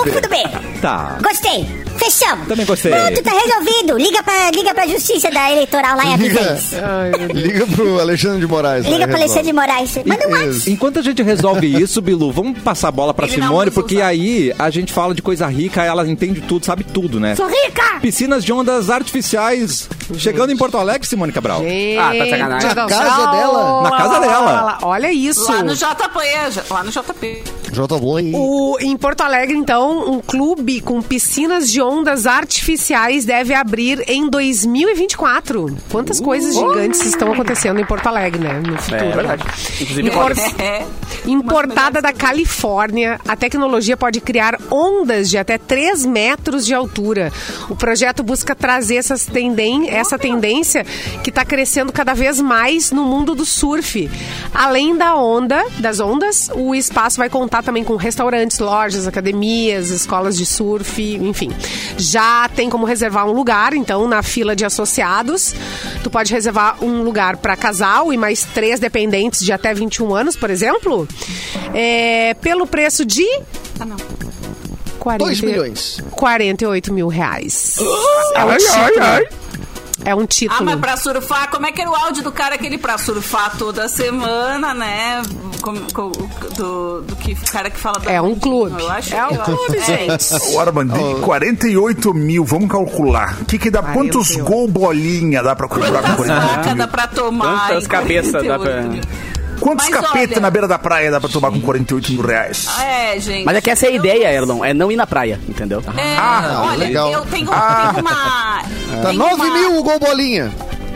UFO do B. Tá. Gostei. Fechamos. Também gostei. Pronto, tá resolvido. Liga pra, liga pra justiça da eleitoral lá e avisa Liga. É, eles. Liga pro Alexandre de Moraes. é Liga pro Alexandre de Moraes. Manda um WhatsApp. Moraes. é, Enquanto a gente resolve isso, Bilu, vamos passar a bola pra Ele não Simone, usa porque usar. aí a gente fala de coisa rica, ela entende tudo, sabe tudo, né? Sou rica! Piscinas de ondas artificiais chegando em Porto Alegre, Simone Cabral. Ah, tá de sacanagem. Gente do Na casa céu. dela? Na casa dela. lá, lá. Olha isso. Lá no JP. já- Lá no JP. Jota Boy. O- em Porto Alegre, então, um clube com piscinas de ondas artificiais deve abrir em 2024. Quantas coisas gigantes estão acontecendo em Porto Alegre, né? No futuro. É verdade. Inclusive, Impor- cobras. É, Importada da Califórnia, a tecnologia pode criar ondas de até 3 metros de altura. O projeto busca trazer essas tenden essa tendência que está crescendo cada vez mais no mundo do surf. Além da onda, das ondas, o espaço vai contar também com restaurantes, lojas, academias, escolas de surf, enfim. Já tem como reservar um lugar, então, na fila de associados. Tu pode reservar um lugar para casal e mais três dependentes de até 21 anos, por exemplo. É, pelo preço de Ah, não. 40, Dois milhões. 48 mil reais. É um título. É um título. Ah, mas pra surfar, como é que era o áudio do cara aquele pra surfar toda semana, né? Com- com- do, do que o cara que fala do É um Armandinho, clube. Eu acho, É um eu acho. clube, gente. O Armandinho, 48 mil, vamos calcular. O que, que dá? Quantos 48. gol bolinha dá pra comprar com Quantas 48 vacas mil? dá pra tomar? Quantas em cabeças dá 48 mil? Quantos Mas capeta olha- na beira da praia dá pra tomar com 48 mil reais? É, gente. Mas é que essa é a eu- ideia, Erlon, é não ir na praia, entendeu? É, não, olha, legal. eu tenho, Ah. tenho uma... Tá tenho 9 uma- mil o gol bolinha.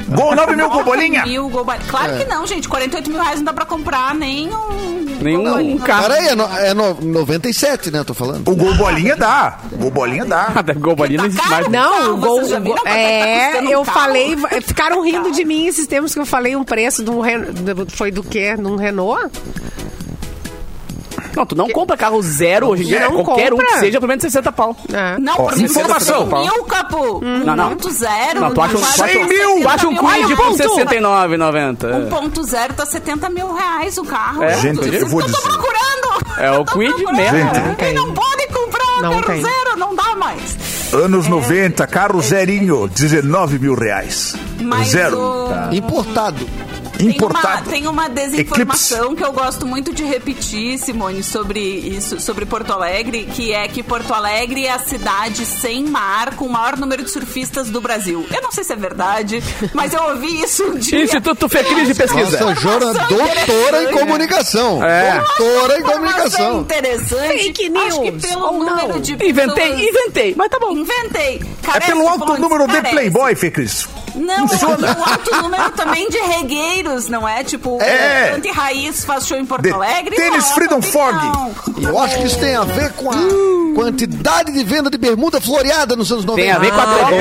Gol 9 mil, gol 9 bolinha! mil, gol bolinha. Claro É. que não, gente. 48 mil reais não dá pra comprar nem um... Nenhum gol bolinha. Ah. carro. Peraí, é, no, é no- 97, né? Tô falando. O gol bolinha dá. Gol bolinha dá. Nada, gol ali não tá existe caro, mais. Carro, Não, o gol. vocês já o viram gol- quanto é que tá é, custando um eu carro? falei, ficaram rindo de mim esses tempos que eu falei um preço de um. Ren- de- Foi do quê? Num Renault? Não, tu não compra carro zero hoje em dia, Não qualquer um que compra. seja, pelo menos 60 pau. É. Não, Ó, por mim, informação, por Paulo. mil, Capu. Um Não, não. Ponto zero. Não, tu acha um, tu acha, 100 mil! tu acha um Quid por Um 69,90. 1.0 tá 70 mil reais o carro. É, gente, eu vou tô dizer. procurando. É o Eu tô Quid procurando. mesmo. né? Gente. Não tem, não pode comprar Não carro tem. zero, não dá mais. Anos 90, carro zerinho, 19 mil reais. Mas Zero. o- Tá. Ah. Importado. Tem uma, Importado. tem uma desinformação Eclipse. que eu gosto muito de repetir, Simone, sobre isso, sobre Porto Alegre, que é que Porto Alegre é a cidade sem mar com o maior número de surfistas do Brasil. Eu não sei se é verdade, mas eu ouvi isso um dia. Instituto Fecris de Pesquisa. Nossa, Jora, doutora em comunicação. É. Doutora em Informação comunicação. interessante. Fake Acho que news, pelo ou não. número de Inventei, pessoas- inventei, mas tá bom. Inventei. É Carece pelo alto fontes, número de carece. Playboy, Fê Cris. Não, é o alto número também de regueiros, não é? Tipo, É. o Dante Raiz faz show em Porto De Alegre. Então, tênis não, Freedom não tem Fog. não. Eu acho que isso tem a ver com a Uh. quantidade de venda de bermuda floreada nos anos 90. Tem a ver com a tropa.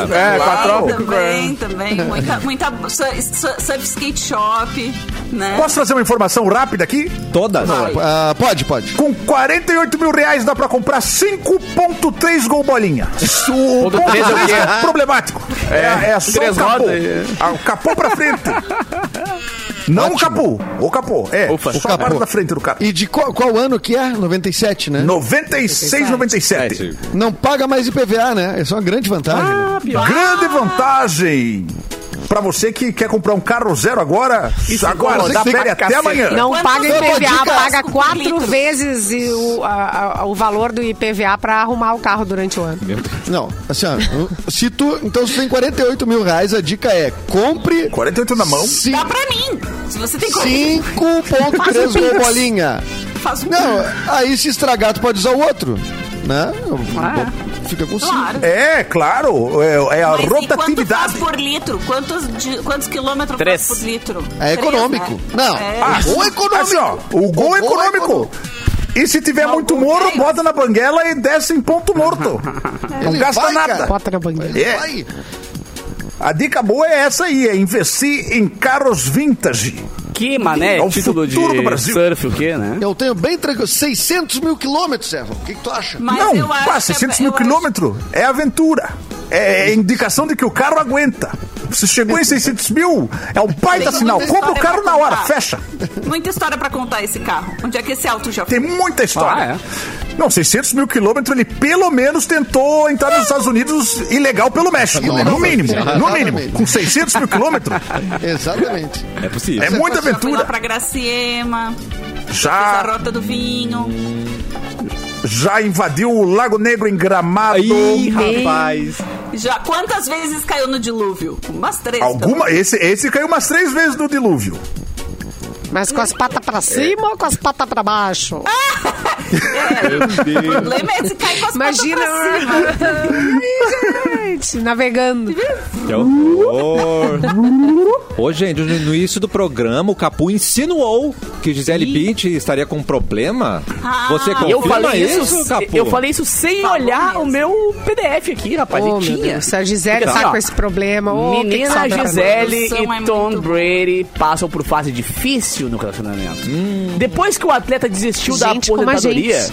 Também, É, com a tropa. Também, também. Muita, muita su- su- surf skate shop, né? Posso trazer uma informação rápida aqui? Todas? Ah, pode, pode. Com 48 mil reais dá pra comprar 5.3 gol bolinha. O ponto três é o 3 quê? é problemático. É, é, só Três o capô. rodas, é. Ah, O capô pra frente. Não o capô. O capô. É, Ufa. só a parte da frente do capô. E de qual, qual ano que é? 97, né? 96, é É, 97. Não paga mais IPVA, né? Essa é uma grande vantagem. Ah. Grande vantagem. Pra você que quer comprar um carro zero agora, agora incomodar espere pra até cacete. amanhã. Não É. Quantos paga anos? IPVA, Dicas. paga quatro Litros. vezes e o, a- a- o valor do IPVA pra arrumar o carro durante o ano. Não, assim, ó, se tu. Então, se tu tem 48 mil reais, a dica é compre. 48 na mão. cin- Dá pra mim. Se você tem coragem, 5.3 gol bolinha. faz um Não, aí se estragar, tu pode usar o outro. Né? Ah, Bom, Fica com 5. Claro. É, claro. É, é a Mas e quanto faz rotatividade. por litro? Quantos, de- quantos quilômetros Três. faz por litro? É Três, econômico. né? Não, É. Ah, o gol é sim. econômico. Assim, ó, o gol é econômico. E se tiver muito gol morro, tem. bota na banguela e desce em ponto morto. Não Ele gasta vai, nada. cara. Bota na bangueira. É. Vai. A dica boa é essa aí, é investir em carros vintage. Que mané, É o título de futuro do Brasil. surf, o quê, né? Eu tenho bem tranquilo. 600 mil quilômetros, Servo. O que, que tu acha? Mas Não, eu acho pá, que é- 600 mil eu acho- quilômetros é aventura. É indicação de que o carro aguenta. Se chegou em 600 mil, é um baita Tem sinal. muita Compra o história carro pra na hora, contar. fecha. Muita história pra contar esse carro. Onde é que esse alto já foi? Tem muita história. Ah, Não, 600 mil quilômetros, ele pelo menos tentou entrar nos Estados Unidos ilegal pelo México. Não, No mínimo, não, no não, mínimo. não. Com 600 mil quilômetros, Exatamente. É possível. é muita Já fui lá aventura. pra Graciema, fiz a Já, Rota do Vinho. já invadiu o Lago Negro em Gramado. Ih, rapaz. Já, quantas vezes caiu no dilúvio? Umas três. Alguma, esse, esse caiu umas três vezes no dilúvio. é. Mas com as patas pra cima ou com as patas pra baixo? O problema é se cair com as Imagina. patas pra cima. Ai, gente, navegando. Que horror. Ô, gente, no no início do programa, o Capu insinuou que Gisele Bint estaria com um problema. Você E Ah, eu confirma falei isso, isso, Capu? eu falei isso sem olhar o meu PDF aqui, rapaz. Ô, e Oh, meu tinha. Deus, a Gisele Assim, tá ó, com esse problema. Ô, tem que Menina sobrar pra nós. Gisele produção é e Tom muito- Brady passam por fase difícil no relacionamento. Depois que o atleta desistiu da Hum. Gente como a aposentadoria. gente.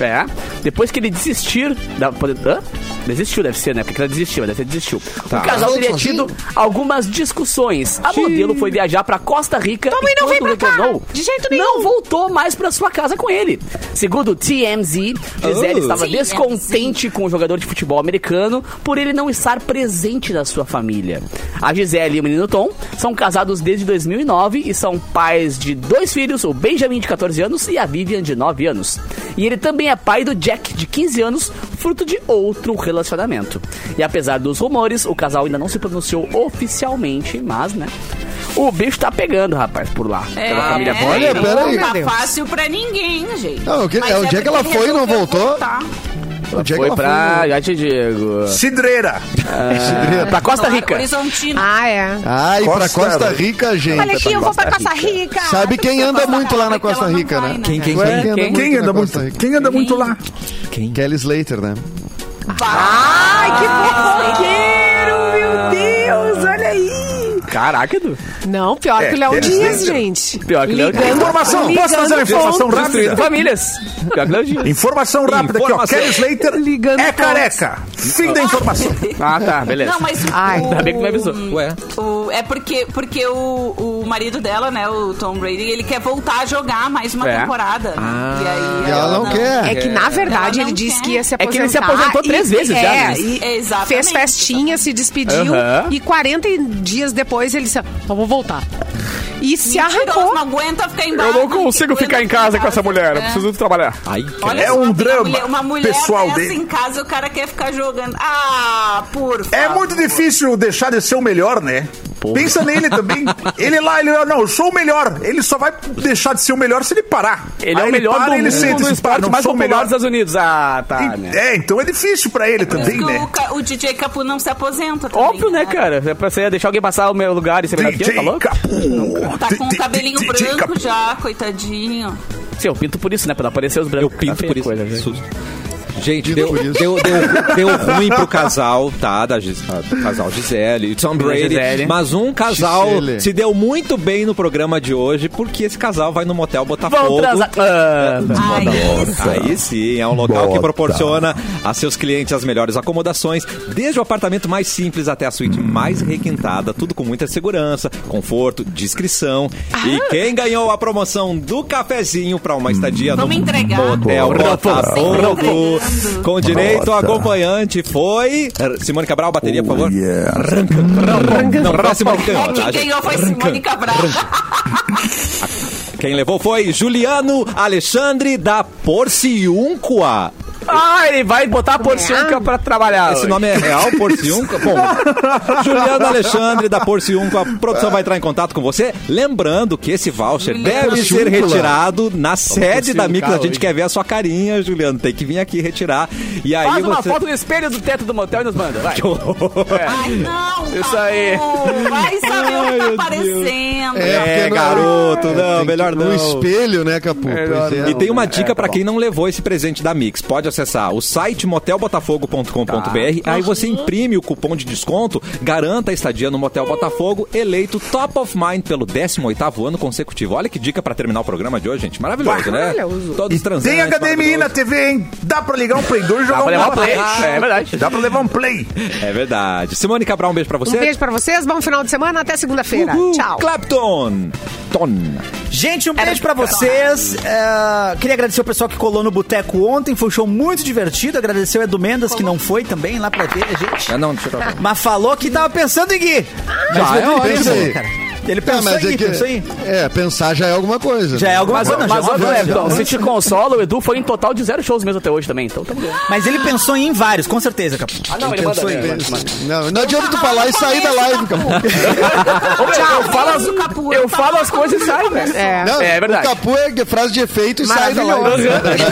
É. Depois que ele desistir da aposentadoria. Desistiu, deve ser, né? Porque ela desistiu, deve ter desistiu. Tá. O casal Mas teria sozinho? tido algumas discussões. A modelo foi viajar pra Costa Rica Tua mãe não quando veio pra cá, retornou, de jeito Não nenhum. voltou mais pra sua casa com ele. Segundo o TMZ, Gisele Oh. estava TMZ. descontente com o jogador de futebol americano por ele não estar presente na sua família. A Gisele e o menino Tom são casados desde 2009 e são pais de dois filhos, o Benjamin de 14 anos e a Vivian de 9 anos. E ele também é pai do Jack de 15 anos, fruto de outro relacionamento. E apesar dos rumores, o casal ainda não se pronunciou oficialmente, mas, né? O bicho tá pegando, rapaz, por lá. Pela família é, Olha, não né? peraí. tá Meu Deus. fácil pra ninguém, gente. Não, que- Mas onde é que ela porque foi e não resolveu voltou? voltar. Onde é que Foi ela pra. Já te digo. Cidreira. É. Ah, pra Costa Não, era Rica. Horizontino. Ah, é. tá Ai, pra Costa Costa Rica. Rica, gente. Olha aqui, eu vou pra Costa Rica. Sabe quem anda muito lá na tá Porque ela Costa não Rica, vai, né? Quem, quem, Ué, quem? quem anda Quem muito anda na Costa muito? Rica? Quem anda muito lá? Quem? Kelly Slater, né? Ai, que fofoqueiro, meu Deus, olha aí. Caraca, Edu. Não, pior que o Léo eles Dias, ligam. gente. É, Pior que o Léo Dias. Informação, posso trazer uma informação pontos. rápida? Famílias. Pior que o Léo Dias. Informação rápida aqui, Informação. ó. Kelly Slater Ligando é pontos. careca. Fim da informação. Ah, tá, beleza. Não, mas o- Ai. Ainda bem que tu me avisou. Ué. O- é porque, porque o, o marido dela, né, o Tom Brady, ele quer voltar a jogar mais uma É. temporada. né? e aí Ah. E ela não quer. É que, na verdade, Ela ele não disse quer. que ia se É que aposentar. ele se aposentou três e- vezes é, já, né? e Exatamente. Fez festinha, se despediu. Aham. E 40 dias depois ele disse, "Então vou voltar. E se Mentiroso, arrancou. Não aguenta ficar em Eu bar, não tem que consigo aguenta ficar em casa com essa mulher, eu É. preciso trabalhar. Ai, Olha É só, um uma drama mulher- Uma mulher pessoal dessa dele. em casa, o cara quer ficar jogando. Ah, por É favor. muito difícil deixar de ser o melhor, né? Pensa nele também. Ele é lá, ele lá, não, eu sou o melhor. Ele só vai deixar de ser o melhor se ele parar. Ele é Aí o melhor para, do ele mundo sente, no se pá, esporte não mais sou o popular melhor. dos Estados Unidos. Ah, tá, né? É, então é difícil pra ele Por isso também, que né? o, Ca- o DJ Capu não se aposenta também, Óbvio, né, cara? É pra você deixar alguém passar o meu lugar e ser melhor que eu, tá louco? Capu. Tá com o cabelinho DJ branco Capu. já, coitadinho. Sim, eu pinto por isso, né? Pra não aparecer os Eu brancos. Tá pinto feia por isso. coisa, né? Susto. Gente, Pinto deu, por isso. deu, deu, deu ruim pro casal, tá? Da Gis, a- casal Gisele e Tom Brady. Gisele. Mas um casal Gisele. se deu muito bem no programa de hoje, porque esse casal vai no motel Vão Botafogo. transar. Ah, Ai, Aí sim, é um local que proporciona a seus clientes as melhores acomodações, desde o apartamento mais simples até a suíte mais requintada, tudo com muita segurança, conforto, discrição. E quem ganhou a promoção do cafezinho para uma estadia Vamos no entregar. motel Botafogo, entregando. com direito a acompanhante foi Simone Cabral, bateria, por favor. Não, não é Simone É Cabral, tá, que gente? ganhou foi Simone Cabral. Quem levou foi Juliano Alexandre da Porciúncua. ah, ele vai botar a Né? porciúnca pra trabalhar. Esse hoje. nome é real, Porciúnca? Bom, Juliano Alexandre da Porciúnca, a produção vai entrar em contato com você. Lembrando que esse voucher deve ser Porciúncula. retirado na sede da porciúncar Mix. A gente hoje. quer ver a sua carinha, Juliano. Tem que vir aqui retirar. E aí Faz uma você. foto no espelho do teto do motel e nos manda. Vai. Ai, não, Isso Capu. aí. Vai saber Ai, o que meu tá Deus. aparecendo. É, porque garoto, não, tem que- melhor não. No espelho, né, Capu? Pois é. E tem uma dica tá pra quem não levou esse presente da Mix. Pode acessar o site motelbotafogo.com.br. Tá. Aí você imprime o cupom de desconto, garanta a estadia no Motel Botafogo, eleito Top of Mind pelo 18º ano consecutivo. Olha que dica pra terminar o programa de hoje, gente. Maravilhoso, né? Maravilhoso. Todos transando. né? Tem HDMI na TV, hein? Dá pra ligar um Play 2 e é Dá jogar pra um levar o bola. play. É verdade. Dá pra levar um Play. É verdade. Simone Cabral, um beijo pra Um você. beijo pra vocês, bom final de semana, até segunda-feira. Uhul. Tchau. Clapton. Ton. Gente, um beijo pra vocês. É, queria agradecer o pessoal que colou no Boteco ontem. Foi um show muito divertido. Agradecer o Edu Mendes, que não foi também lá pra ver a gente. Ah, não, deixa eu... Mas falou que tava pensando em Gui. Já Mas é não hora, pensou, hein? cara. Ele Tá, pensou mas em Gui, é que- pensou em... É, pensar já é alguma coisa. Já é alguma Mas, coisa, mas, já é mas uma ô, coisa, já é Everton, uma se te consola, o Edu foi em total de zero shows mesmo até hoje também, então tamo bem. Mas ele pensou em vários, com certeza, Capu. Ah, não, ele manda Pensou em bem. pensar. Não, não adianta tu falar e sair da live, Capu. Ô, meu, eu falo as, Capu, eu eu falo as coisas e saio, velho. É. Não, É verdade. O Capu é frase de efeito e sai da live. É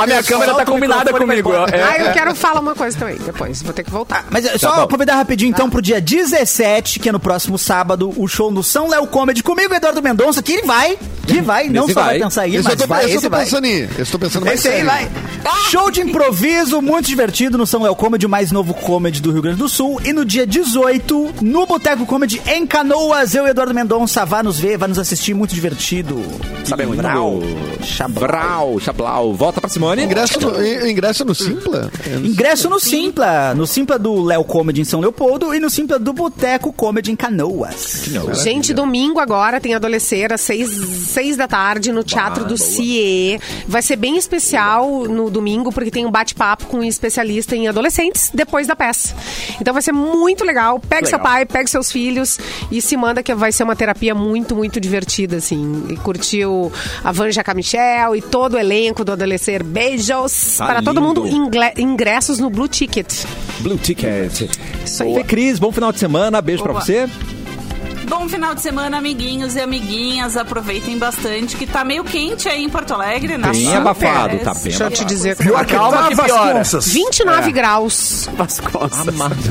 A minha câmera tá combinada comigo. É. Ah, eu quero falar uma coisa também depois, vou ter que voltar. Tá Mas é só bom. aproveitar rapidinho, então, pro dia 17, que é no próximo sábado, o show show no São Léo Comedy comigo, Eduardo Mendonça, que ele vai, que vai, não Esse só vai vai. pensar aí, Esse eu mas tô, vai, esse eu esse tô vai. pensando em. Esse eu tô pensando mais Esse aí sério. vai. Show de improviso, muito divertido no São Léo Comedy, o mais novo comedy do Rio Grande do Sul. E no dia 18, no Boteco Comedy em Canoas, eu e Eduardo Mendonça, vá nos ver, vá nos assistir, muito divertido. Sabe muito. Brau. Tá Vral, Chablau. Volta pra Simone. Ingresso no, in- ingresso no Simpla? Ingresso no Simpla, no Simpla do Léo Comedy em São Leopoldo e no Simpla do Boteco Comedy em Canoas. Gente, domingo agora tem Adolescer às seis, seis da tarde no Teatro do CIE. Vai ser bem especial no domingo, porque tem um bate-papo com um especialista em adolescentes depois da peça. Então vai ser muito legal. Pega seu pai, pega seus filhos e se manda que vai ser uma terapia muito, muito divertida, assim. E curtiu a Vanja Camichel e todo o elenco do Adolescer. Beijos Tá para todo mundo. lindo. Ingle- ingressos no Blue Ticket. Blue Ticket. É, Isso aí. Fê Cris, bom final de semana. Beijo pra você. Bom final de semana, amiguinhos e amiguinhas. Aproveitem bastante, que tá meio quente aí em Porto Alegre, né? Bem Super. abafado, tá bem Deixa eu te dizer. Pior que Calma tá, que piora. Vasconças. 29 graus. Vasconças.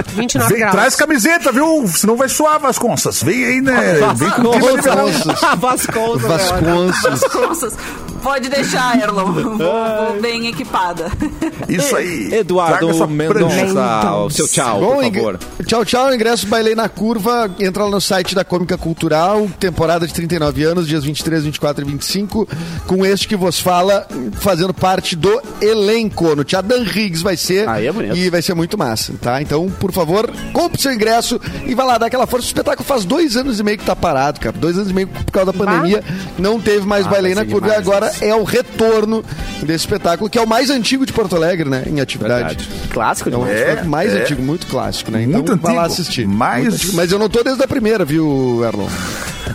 29 Vem, graus. traz camiseta, viu? Senão vai suar, Vasconças. Vem aí, né? Ah, Vem com clima de verão. Vasconças. Vasconços. Vasconças. Pode deixar, Erlon. Vou, vou bem equipada. Isso aí. Traga Eduardo essa Mendonça, prancha. o seu tchau, Bom, por ing- favor. Tchau, tchau. Ingresso Bailei na Curva. Entra lá no site da Cômica Cultural, temporada de 39 anos, dias 23, 24 e 25, com este que vos fala, fazendo parte do elenco. No Teatro Dan Riggs vai ser. Aí é bonito. E vai ser muito massa, tá? Então, por favor, compre seu ingresso e vai lá dar aquela força. O espetáculo faz dois anos e meio que tá parado, cara. Dois anos e meio por causa da pandemia. Não teve mais Bailei na Ah, vai ser Curva. e demais agora é o retorno desse espetáculo, que é o mais antigo de Porto Alegre, né? Em atividade. Verdade. né? Clássico É de um É, filme mais é. antigo, muito clássico, né? Muito então vai lá antigo. assistir. Mais- Muito antigo. Mas eu não tô desde a primeira, viu, Erlon?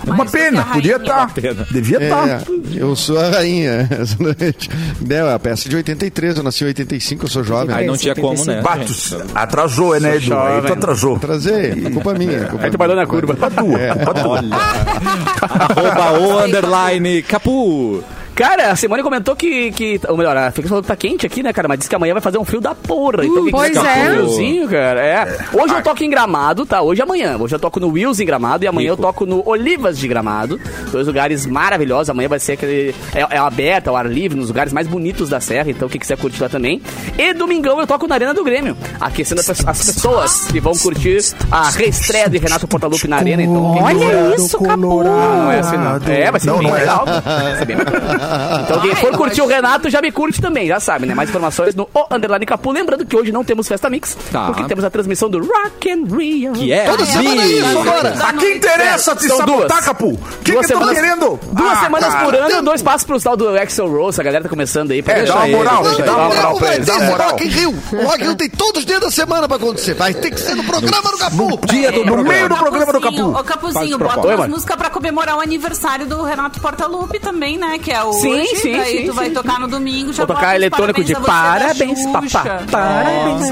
Uma pena, podia tá tá. estar. pena. Devia É, estar. eu sou a rainha essa noite. Não, é a peça de 83, eu nasci em 85, eu sou jovem. Aí não tinha como, né? Batos, atrasou, é, né, Edu? Aí tu atrasou. Tá- Trazer, é culpa minha. É. Culpa Aí tu bailou na curva. Culpa Tá tua, culpa tua. Arroba o underline Capu. Cara, a Simone comentou que, que. Ou melhor, a Fênix falou que tá quente aqui, né, cara? Mas disse que amanhã vai fazer um frio da porra. Então Hum, tem que pois ficar é. com friozinho, cara. É. Hoje eu toco em gramado, tá? Hoje e amanhã. Hoje eu toco no Wills em gramado e amanhã eu toco no Olivas de Gramado. Dois lugares maravilhosos. Amanhã vai ser aquele. É, é aberto, ao ar livre, nos lugares mais bonitos da serra. Então, quem quiser curtir lá também. E domingão eu toco na Arena do Grêmio. Aquecendo as pe- as pessoas que vão curtir a reestreia de Renato Portaluppi na Arena. Então, quem quiser- Olha isso, Capu. não, é assim, não. É, vai ser Não, bem não é. legal. Vai ser bem bacana. Então, quem for curtir o Renato, já me curte também, já sabe, né? Mais informações no O Underline Capu. Lembrando que hoje não temos Festa Mix, Tá. porque temos a transmissão do Rock and Rio. Que é. Toda semana é isso agora. A que interessa te São sabotar, duas. Capu? O que, Duas que tu tá semanas- querendo? Duas Ah, semanas cara. por ano, dois passos pro tal do Axel Rose. A galera tá começando aí. pra É, deixar dá uma ele, moral, deixa dá ele, uma moral pra vai eles, dá ter moral. Rock in Rio. O Rock in Rio tem todos os dias da semana pra acontecer. Vai ter que ser no programa do Capu. Dia do No meio É do programa do Capuzinho, Capu. Ô, Capuzinho, bota propósito. umas Oi, músicas pra comemorar o aniversário do Renato Portaluppi também, né? Que é o Sim, hoje, sim, daí sim, tu vai sim. tocar no domingo. Já Vou tocar bota os eletrônico de parabéns, da Xuxa. papá. Parabéns,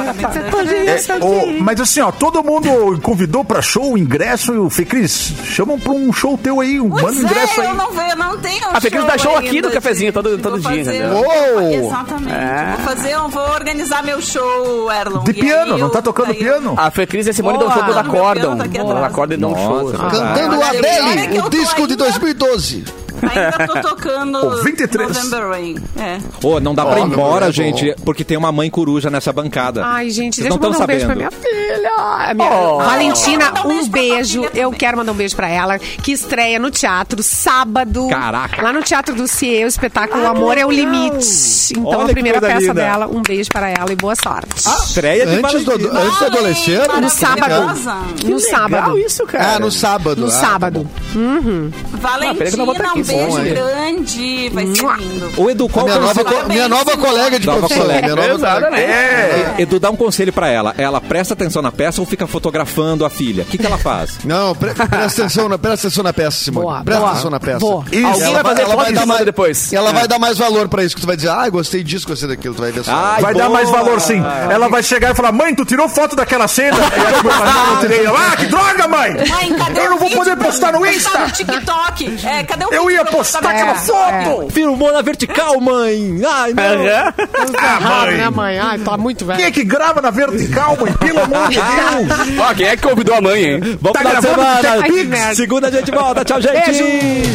tá É, ô, um. mas assim, ó, todo mundo convidou pra show, ingresso, e o Fê Cris, chamam pra um show teu aí, um manda Pois o ingresso é, eu aí. não vejo, não tenho A Fecris dá show aqui ainda, no cafezinho gente. todo- todo Vou dia, fazer- um- entendeu? Uou! Exatamente. Vou fazer, eu vou organizar meu show, Erlon. De E aí piano, não eu- tá tocando daí eu- piano? A Fê Cris e a Simone Boa. dão show pela Meu Deus, Acordam. tá aqui Pela atrás. Acordam e dão um show. Nossa, sabe? Cantando Ah, olha que Adele, eu o tô disco de ainda. 2012. Ainda tô tocando Ô, 23. November Rain. É. Ô, não dá pra ir Ó, embora, meu gente, porque tem uma mãe coruja nessa bancada. Ai, gente, Vocês deixa eu não mandar um tão beijo pra sabendo. minha filha. A minha Oh. Ah, eu Valentina, quero mandar um um beijo pra tua beijo. filha Eu também. quero mandar um beijo pra ela, que estreia no teatro sábado. Caraca. Lá no Teatro do CIE, o espetáculo Ah, Amor é o Limite. Então, Olha a que primeira coisa peça linda. dela, um beijo pra ela e boa sorte. Ah, estreia de Antes do, Valentina. antes do adolescer? Ai, no maravilhosa. sábado. No sábado. Legal isso, cara. Ah, no sábado. No né? tá Ah, sábado. peraí que eu não Valentina, vou tá aqui, um beijo bom, hein? grande. Vai ser lindo. Ô, Edu, qual Minha que é o nova, seu- co- minha nova colega de Nova profissão. colega. Minha nova colega. Exatamente. É. Edu, dá um conselho pra ela. Ela presta atenção na peça ou fica fotografando a filha? O que, que ela faz? Não, pre presta atenção, na, presta atenção na peça, Simone. Boa, presta boa. atenção na peça. Boa. Isso. Alguém vai fazer foto de mais depois. Ela É. vai dar mais valor pra isso, que tu vai dizer, ah, eu gostei disso, gostei daquilo, tu vai ver só. Ai, Vai dar boa. mais valor, sim. Ela vai chegar e falar, mãe, tu tirou foto daquela cena? E aí, meu pai, não, não tirei. Eu, Ah, que droga, mãe! Mãe, cadê Eu o não vou vídeo poder pra postar mim no postar Insta! no TikTok. É, cadê o Eu vídeo ia queria postar aquela É. foto. Filmou na vertical, mãe. Ai, não. Errado, né, mãe? Ai, tá muito velho. Ah, Quem é que grava na vertical, mãe? Pelo amor de Deus. Ó, quem é que convidou a mãe, hein? Vamos Tá final de gravando semana. Ai, que merda. Segunda a gente volta. Tchau, gente.